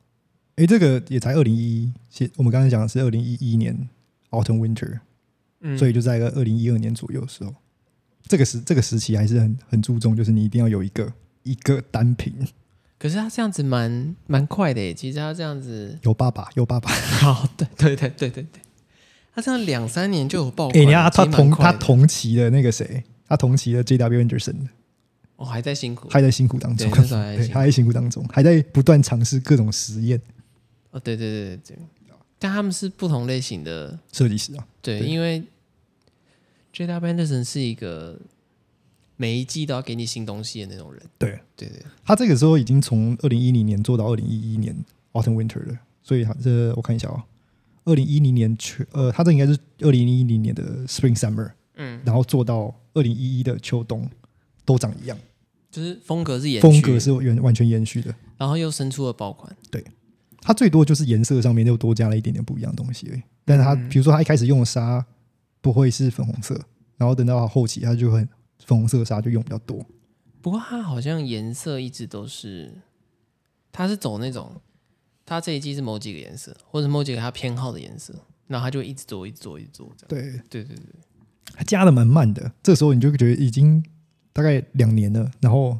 [SPEAKER 1] 诶，这个也才二零一一，写我们刚才讲的是二零一一年 Autumn Winter，、
[SPEAKER 2] 嗯
[SPEAKER 1] 所以就在个二零一二年左右的时候，这个时这个时期还是很很注重，就是你一定要有一个一个单品，
[SPEAKER 2] 可是他这样子蛮蛮快的耶，其实他这
[SPEAKER 1] [laughs]
[SPEAKER 2] 样子，
[SPEAKER 1] 有爸爸，有爸爸。
[SPEAKER 2] 好，对 [laughs] 对对对对对，他这样两三年就有爆款
[SPEAKER 1] 哎、
[SPEAKER 2] 了，
[SPEAKER 1] 你看他他
[SPEAKER 2] 其实蛮
[SPEAKER 1] 同
[SPEAKER 2] 快
[SPEAKER 1] 他
[SPEAKER 2] 的
[SPEAKER 1] 同期的那个谁，他同期的 J.W. Anderson
[SPEAKER 2] 哦还在辛苦，
[SPEAKER 1] 还在辛苦当
[SPEAKER 2] 对，
[SPEAKER 1] 中，
[SPEAKER 2] 那时候还在
[SPEAKER 1] 对，
[SPEAKER 2] 辛苦
[SPEAKER 1] 他，在辛苦当中，还在不断尝试各种实验
[SPEAKER 2] 哦，对对对对对，但他们是不同类型的，
[SPEAKER 1] 设计师啊。
[SPEAKER 2] 对，
[SPEAKER 1] 对
[SPEAKER 2] 因为 J.W. Anderson 是一个每一季都要给你新东西的那种人，
[SPEAKER 1] 对
[SPEAKER 2] 对对，
[SPEAKER 1] 他这个时候已经从二零一零年做到二零一一年 Autumn Winter 了，所以他这我看一下啊、2二零一零年秋呃，他这应该是二零一零年的 Spring Summer，
[SPEAKER 2] 嗯，
[SPEAKER 1] 然后做到二零一一的秋冬都长一样，
[SPEAKER 2] 就是风格是延续
[SPEAKER 1] 风格，是完完全延续的。
[SPEAKER 2] 然后又生出了爆款，
[SPEAKER 1] 它最多就是颜色上面又多加了一点点不一样的东西而已。但是它
[SPEAKER 2] 嗯
[SPEAKER 1] 比如说它一开始用的纱不会是粉红色，然后等到它后期它就很粉红色的纱就用比较多。
[SPEAKER 2] 不过它好像颜色一直都是，它是走那种，它这一季是某几个颜色，或者某几个它偏好的颜色，然后它就一直做，一直做，一直做这样。
[SPEAKER 1] 对，
[SPEAKER 2] 对对对，
[SPEAKER 1] 它加的蛮慢的。这时候你就觉得已经大概两年了，然
[SPEAKER 2] [laughs]
[SPEAKER 1] 后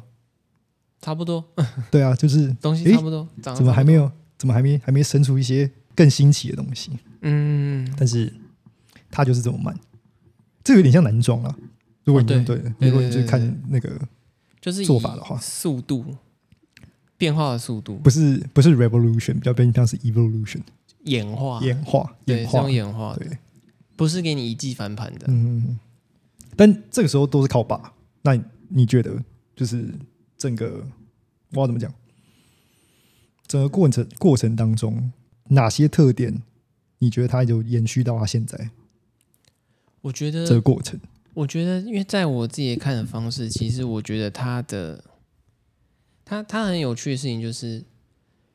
[SPEAKER 2] 差不多，
[SPEAKER 1] 对啊，就是
[SPEAKER 2] 东西
[SPEAKER 1] 诶
[SPEAKER 2] 差不多，长得
[SPEAKER 1] 怎么
[SPEAKER 2] 差不
[SPEAKER 1] 还没
[SPEAKER 2] 多？
[SPEAKER 1] 有，怎么还没还没生出一些更新奇的东西？
[SPEAKER 2] 嗯，
[SPEAKER 1] 但是它就是这么慢，这有点像男装啊。如果你
[SPEAKER 2] 哦
[SPEAKER 1] 对，
[SPEAKER 2] 对对
[SPEAKER 1] 如果你
[SPEAKER 2] 对
[SPEAKER 1] 去
[SPEAKER 2] 对
[SPEAKER 1] 看
[SPEAKER 2] 对
[SPEAKER 1] 那个
[SPEAKER 2] 就是以
[SPEAKER 1] 做法的话
[SPEAKER 2] 速度变化的速度，
[SPEAKER 1] 不是不是 revolution，比较偏向是 evolution，
[SPEAKER 2] 演化，
[SPEAKER 1] 演化
[SPEAKER 2] 对，
[SPEAKER 1] 演
[SPEAKER 2] 啊这
[SPEAKER 1] 化
[SPEAKER 2] 种演化的，
[SPEAKER 1] 对，
[SPEAKER 2] 不是给你一季翻盘的。
[SPEAKER 1] 嗯，但这个时候都是靠爸。那你你觉得，就是整个我要怎么讲？整个过程过程当中，哪些特点你觉得它有延续到它现在
[SPEAKER 2] 我觉得
[SPEAKER 1] 这个过程？
[SPEAKER 2] 我觉得，因为在我自己看的方式，其实我觉得他的，他他很有趣的事情就是，因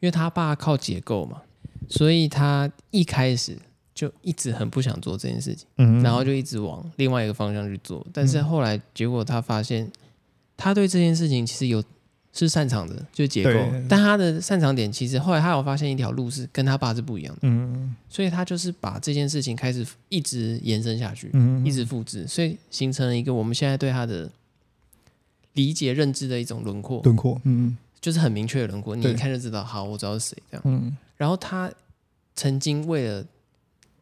[SPEAKER 2] 为他爸靠结构嘛，所以他一开始就一直很不想做这件事情，
[SPEAKER 1] 嗯
[SPEAKER 2] 然后就一直往另外一个方向去做，但是后来结果他发现，他对这件事情其实有是擅长的，就是结构
[SPEAKER 1] 对，
[SPEAKER 2] 但他的擅长点其实后来他有发现一条路是跟他爸是不一样的，
[SPEAKER 1] 嗯
[SPEAKER 2] 所以他就是把这件事情开始一直延伸下去，
[SPEAKER 1] 嗯
[SPEAKER 2] 一直复制，所以形成了一个我们现在对它的理解认知的一种轮廓，
[SPEAKER 1] 轮廓，嗯
[SPEAKER 2] 就是很明确的轮廓，你
[SPEAKER 1] 对
[SPEAKER 2] 一看就知道，好，我知道是谁这样。
[SPEAKER 1] 嗯，
[SPEAKER 2] 然后他曾经为了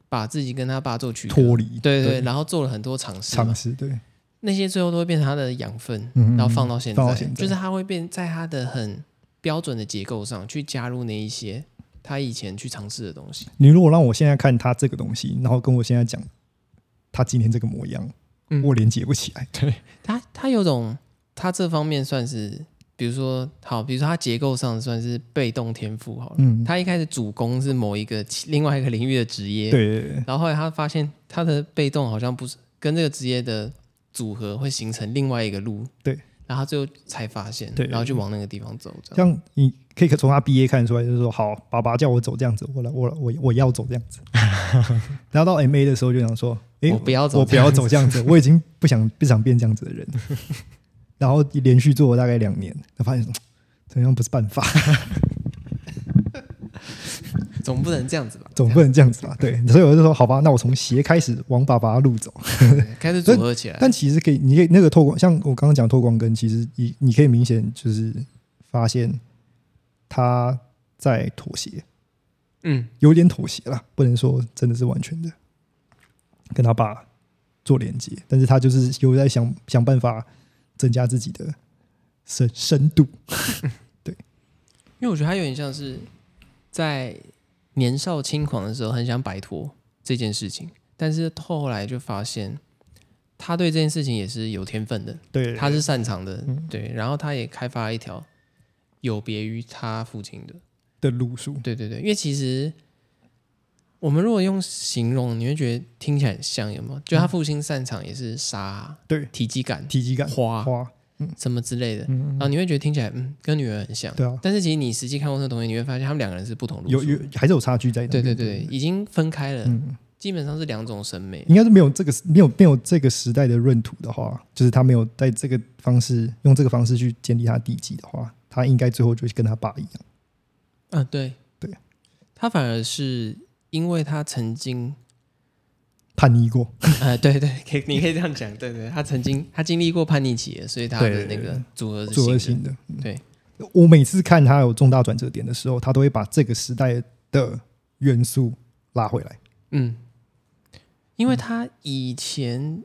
[SPEAKER 2] 把自己跟他爸做区隔，
[SPEAKER 1] 脱离
[SPEAKER 2] 对对对，然后做了很多尝试嘛，
[SPEAKER 1] 尝试对，
[SPEAKER 2] 那些最后都会变成他的养分，
[SPEAKER 1] 嗯
[SPEAKER 2] 然后放到现在，
[SPEAKER 1] 放到现在
[SPEAKER 2] 就是他会变在他的很标准的结构上去加入那一些他以前去尝试的东西。
[SPEAKER 1] 你如果让我现在看他这个东西，然后跟我现在讲他今天这个模样，
[SPEAKER 2] 嗯
[SPEAKER 1] 我连接不起来。对，
[SPEAKER 2] 他他有种他这方面算是，比如说好，比如说他结构上算是被动天赋好了。
[SPEAKER 1] 嗯，
[SPEAKER 2] 他一开始主攻是某一个其另外一个领域的职业，
[SPEAKER 1] 对。对对
[SPEAKER 2] 然后后来他发现他的被动好像不是跟这个职业的组合会形成另外一个路，
[SPEAKER 1] 对。
[SPEAKER 2] 然后他最后才发现，
[SPEAKER 1] 对
[SPEAKER 2] 然后就往那个地方走，这样。
[SPEAKER 1] 像你可以从他毕业看出来，就是说，好，爸爸叫我走这样子，我来，我我我要走这样子。然后到 M A 的时候就想说，诶，
[SPEAKER 2] 我不要走
[SPEAKER 1] 我不要
[SPEAKER 2] 这样子
[SPEAKER 1] 走这样子，我已经不想不想变这样子的人。然后连续做了大概两年，他发现嗯怎样不是办法， [laughs]
[SPEAKER 2] [laughs] 总不能这样子吧？
[SPEAKER 1] 总不能这样子吧？对，所以我就说，好吧，那我从斜开始往爸爸的路走。
[SPEAKER 2] 这样对开始组合起来。
[SPEAKER 1] 但其实可以，你可以那个透光，像我刚刚讲透光跟，其实你你可以明显就是发现他在妥协，
[SPEAKER 2] 嗯，
[SPEAKER 1] 有点妥协啦，不能说真的是完全的跟他爸做连接，但是他就是有在想想办法增加自己的深深度。
[SPEAKER 2] 因为我觉得他有点像是在年少轻狂的时候很想摆脱这件事情，但是后来就发现他对这件事情也是有天分的，
[SPEAKER 1] 对嗯
[SPEAKER 2] 他是擅长的，对。然后他也开发了一条有别于他父亲的，
[SPEAKER 1] 的路数，
[SPEAKER 2] 对对对。因为其实我们如果用形容，你会觉得听起来很像，有吗？就他父亲擅长也是杀、
[SPEAKER 1] 对
[SPEAKER 2] 体积感、
[SPEAKER 1] 体积感
[SPEAKER 2] 花
[SPEAKER 1] 花，
[SPEAKER 2] 什么之类的，
[SPEAKER 1] 嗯
[SPEAKER 2] 然，后你会觉得听起来嗯跟女儿很像。
[SPEAKER 1] 对啊，
[SPEAKER 2] 但是其实你实际看过这个东西，你会发现他们两个人是不同路
[SPEAKER 1] 有
[SPEAKER 2] 数。
[SPEAKER 1] 有还是有差距在那
[SPEAKER 2] 对
[SPEAKER 1] 边。
[SPEAKER 2] 对对，已经分开了，
[SPEAKER 1] 嗯，
[SPEAKER 2] 基本上是两种审美。
[SPEAKER 1] 应该是没有这个没有没有这个时代的闰土的话，就是他没有在这个方式用这个方式去建立他的地基的话，他应该最后就跟他爸一样。
[SPEAKER 2] 嗯、对
[SPEAKER 1] 对，
[SPEAKER 2] 他反而是因为他曾经， [laughs]
[SPEAKER 1] 叛逆过，
[SPEAKER 2] 呃，对对，可以，你可以这样讲，对对，他曾经他经历过叛逆期了，所以他的
[SPEAKER 1] 对
[SPEAKER 2] 那个组合是
[SPEAKER 1] 做恶性
[SPEAKER 2] 新的
[SPEAKER 1] 的，嗯
[SPEAKER 2] 对，
[SPEAKER 1] 我每次看他有重大转折点的时候，他都会把这个时代的元素拉回来。
[SPEAKER 2] 嗯，因为他以前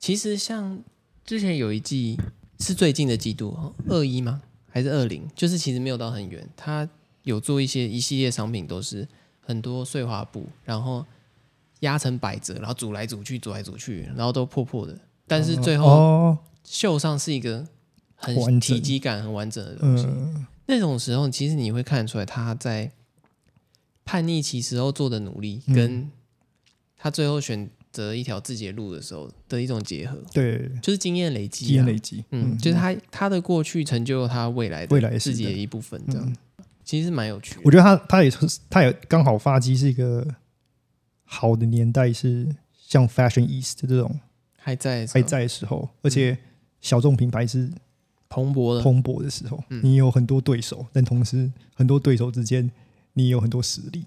[SPEAKER 2] 其实像之前有一季是最近的季度，哦二一吗？还是二零？就是其实没有到很远。他有做一些一系列商品，都是很多碎花布，然后压成百褶，然后组来组去，组来组去，然后都破破的。但是最后
[SPEAKER 1] 哦，
[SPEAKER 2] 秀上是一个很
[SPEAKER 1] 完整
[SPEAKER 2] 体积感很完整的东西。
[SPEAKER 1] 嗯，
[SPEAKER 2] 那种时候，其实你会看出来他在叛逆期时候做的努力，
[SPEAKER 1] 嗯
[SPEAKER 2] 跟他最后选择一条自己的路的时候的一种结合，
[SPEAKER 1] 对，
[SPEAKER 2] 就是经验累积、啊。
[SPEAKER 1] 基因累积，
[SPEAKER 2] 嗯，就是他他的过去成就了他未来的
[SPEAKER 1] 未来是的
[SPEAKER 2] 自己的一部分，这样、其实蛮有趣
[SPEAKER 1] 嗯我觉
[SPEAKER 2] 的。
[SPEAKER 1] 得他他也是他也刚好发迹是一个好的年代，是像 Fashion East 这种
[SPEAKER 2] 还在
[SPEAKER 1] 还在的时候，而且小众品牌是
[SPEAKER 2] 蓬勃的，
[SPEAKER 1] 蓬勃的时候，
[SPEAKER 2] 嗯
[SPEAKER 1] 你有很多对手，但同时很多对手之间你也有很多实力。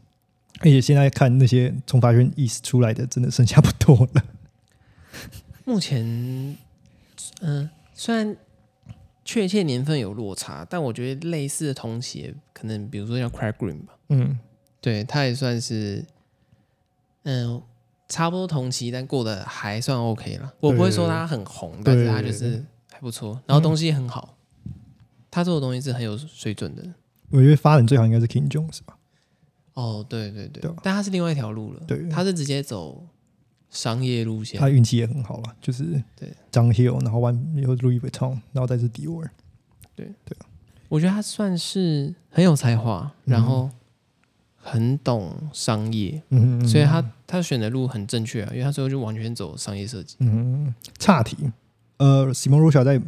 [SPEAKER 1] 而且现在看那些从 Fashion East 出来的，真的剩下不多了。
[SPEAKER 2] 目前嗯、虽然确切年份有落差，但我觉得类似的童鞋，可能比如说像 Crack Green 吧。
[SPEAKER 1] 嗯，
[SPEAKER 2] 对，他也算是，嗯，差不多同期，但过得还算 OK 了。我不会说他很红，但是他就是还不错，然后东西很好，他做的东西是很有水准的。
[SPEAKER 1] 我觉得发展最好应该是 King Jones 吧。
[SPEAKER 2] 哦，对对对，
[SPEAKER 1] 对啊
[SPEAKER 2] 但他是另外一条路了，
[SPEAKER 1] 对
[SPEAKER 2] 他是直接走商业路线
[SPEAKER 1] 他。运气也很好了，就是
[SPEAKER 2] 对
[SPEAKER 1] 张 Hill，然后完又 Louis Vuitton，然后再是 Dior。
[SPEAKER 2] 我觉得他算是很有才华，然后很懂商业，
[SPEAKER 1] 嗯，
[SPEAKER 2] 所以他他选的路很正确啊，因为他最后就完全走商业设计。
[SPEAKER 1] 嗯，岔题。呃，Simon Rocha 在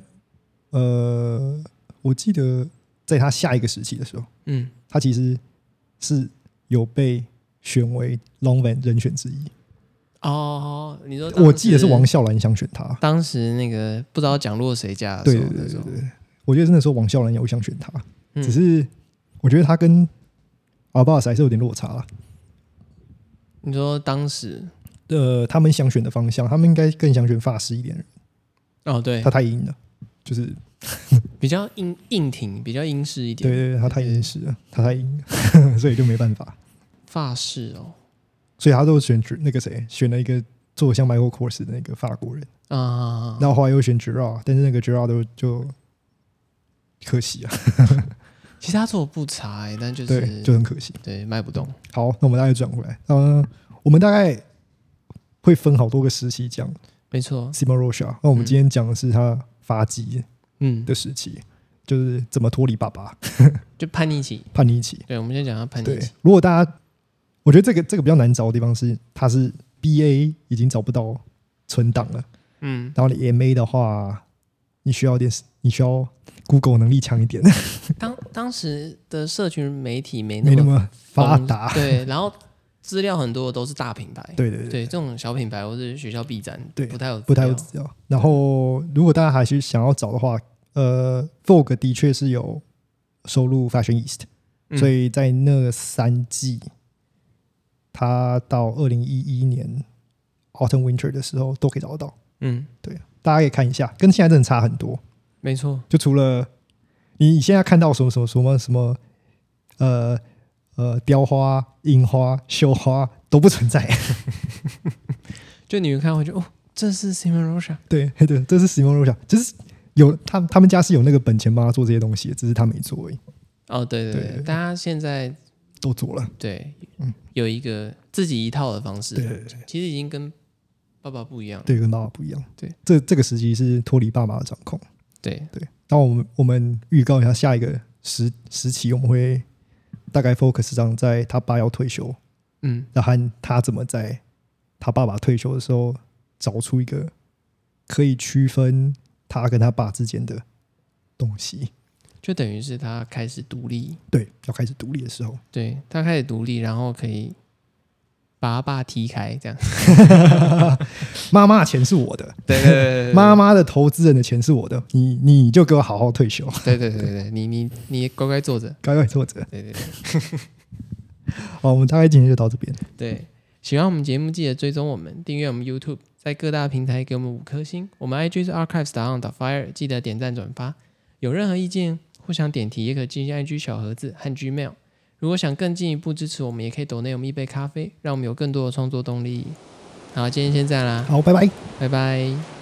[SPEAKER 1] 呃，我记得在他下一个时期的时候，
[SPEAKER 2] 嗯，
[SPEAKER 1] 他其实是有被选为 Longvan 人选之一。
[SPEAKER 2] 哦，你说
[SPEAKER 1] 我记得是
[SPEAKER 2] 当时
[SPEAKER 1] 王孝兰想选他，
[SPEAKER 2] 当时那个不知道讲落谁家的
[SPEAKER 1] 对
[SPEAKER 2] 时候，
[SPEAKER 1] 对对
[SPEAKER 2] 那
[SPEAKER 1] 对
[SPEAKER 2] 种
[SPEAKER 1] 对，对我觉得真的说王孝兰有想选他，
[SPEAKER 2] 嗯
[SPEAKER 1] 只是我觉得他跟阿巴斯还是有点落差了。
[SPEAKER 2] 你说当时嗯
[SPEAKER 1] 呃，他们想选的方向，他们应该更想选法师一点，
[SPEAKER 2] 哦，对
[SPEAKER 1] 他，太硬了，就是
[SPEAKER 2] 比较硬硬挺，比较英式一
[SPEAKER 1] 对
[SPEAKER 2] 点，
[SPEAKER 1] 对对，他太
[SPEAKER 2] 对
[SPEAKER 1] 硬实了，他太硬 [laughs] 了，所以就没办法。
[SPEAKER 2] 发式哦，
[SPEAKER 1] 所以他都选那个谁，选了一个做像 Michael Kors 的那个法国人，
[SPEAKER 2] 啊，
[SPEAKER 1] 然后后来又选 Gerard，但是那个 Gerard 都就可惜啊，
[SPEAKER 2] 其实他做的不差、欸，但就是
[SPEAKER 1] 对，就很可惜。
[SPEAKER 2] 对卖不动，
[SPEAKER 1] 好，那我们大概转回来，嗯、我们大概会分好多个时期讲
[SPEAKER 2] 没错，
[SPEAKER 1] Simon Rocha，那我们今天讲的是他发迹
[SPEAKER 2] 嗯，
[SPEAKER 1] 的时期，就是怎么脱离爸爸
[SPEAKER 2] 就叛逆期，
[SPEAKER 1] 叛逆期。
[SPEAKER 2] 对，我们先讲他叛逆
[SPEAKER 1] 对
[SPEAKER 2] 期，，
[SPEAKER 1] 如果大家，我觉得这个这个比较难找的地方是，他是 BA 已经找不到存档了。
[SPEAKER 2] 嗯，
[SPEAKER 1] 然后你 MA 的话，你需要点，你需要 Google 能力强一点，
[SPEAKER 2] 当当时的社群媒体没
[SPEAKER 1] 没
[SPEAKER 2] 那
[SPEAKER 1] 那
[SPEAKER 2] 么
[SPEAKER 1] 么发
[SPEAKER 2] 丰
[SPEAKER 1] 达。
[SPEAKER 2] 对，然后资料很多都是大品牌，
[SPEAKER 1] 对对对，
[SPEAKER 2] 对，这种小品牌或是学校必展，
[SPEAKER 1] 对
[SPEAKER 2] 不太有
[SPEAKER 1] 不太有
[SPEAKER 2] 资料
[SPEAKER 1] 资料。然后，如果大家还是想要找的话，呃，Vogue 的确是有收录 Fashion East，、
[SPEAKER 2] 嗯
[SPEAKER 1] 所以在那三季，他到二零一一年 Autumn Winter 的时候都可以找得到。
[SPEAKER 2] 嗯，
[SPEAKER 1] 大家可以看一下，跟现在真的差很多。
[SPEAKER 2] 没错，
[SPEAKER 1] 就除了你现在看到什么什么什么什么，呃呃，雕花、印花、绣花都不存在。
[SPEAKER 2] 就你们看回去，哦，这是 Simon Rocha，
[SPEAKER 1] 对 [laughs] 对，这是 Simon Rocha，就是有他他们家是有那个本钱帮他做这些东西的，只是他没做而已，
[SPEAKER 2] 哦，对对
[SPEAKER 1] 对
[SPEAKER 2] 对，
[SPEAKER 1] 对
[SPEAKER 2] 大家现在
[SPEAKER 1] 都做了。
[SPEAKER 2] 对
[SPEAKER 1] 嗯
[SPEAKER 2] 有一个自己一套的方
[SPEAKER 1] 对
[SPEAKER 2] 式，
[SPEAKER 1] 对对，
[SPEAKER 2] 其实已经跟爸爸不一样了。
[SPEAKER 1] 对跟爸爸不一样。
[SPEAKER 2] 对，
[SPEAKER 1] 这这个时期是脱离爸爸的掌控。
[SPEAKER 2] 对，
[SPEAKER 1] 对，那我们我们预告一下下一个时时期，我们会大概 focus 上在他爸要退休，
[SPEAKER 2] 嗯，
[SPEAKER 1] 那和他怎么在他爸爸退休的时候找出一个可以区分他跟他爸之间的东西？
[SPEAKER 2] 就等于是他开始独立，
[SPEAKER 1] 对，要开始独立的时候，
[SPEAKER 2] 对他开始独立，然后可以把他爸踢开，这样。 [laughs]
[SPEAKER 1] 妈妈的钱是我的，
[SPEAKER 2] 对对对对
[SPEAKER 1] 妈妈的投资人的钱是我的，你你就给我好好退休， [laughs]
[SPEAKER 2] 对对对对，你你你乖乖坐着。
[SPEAKER 1] 乖乖坐着。
[SPEAKER 2] 对对对
[SPEAKER 1] 好，我们大概今天就到这边，
[SPEAKER 2] 对，喜欢我们节目记得追踪我们，订阅我们 YouTube，在各大平台给我们五颗星。我们 IG 是 archives 打 on 打 fire，记得点赞转发。有任何意见或想点题，也可进行 IG 小盒子和 Gmail。如果想更进一步支持我们，也可以抖内我们一杯咖啡，让我们有更多的创作动力。好，今天先这样啦，
[SPEAKER 1] 好，拜拜。
[SPEAKER 2] 拜拜。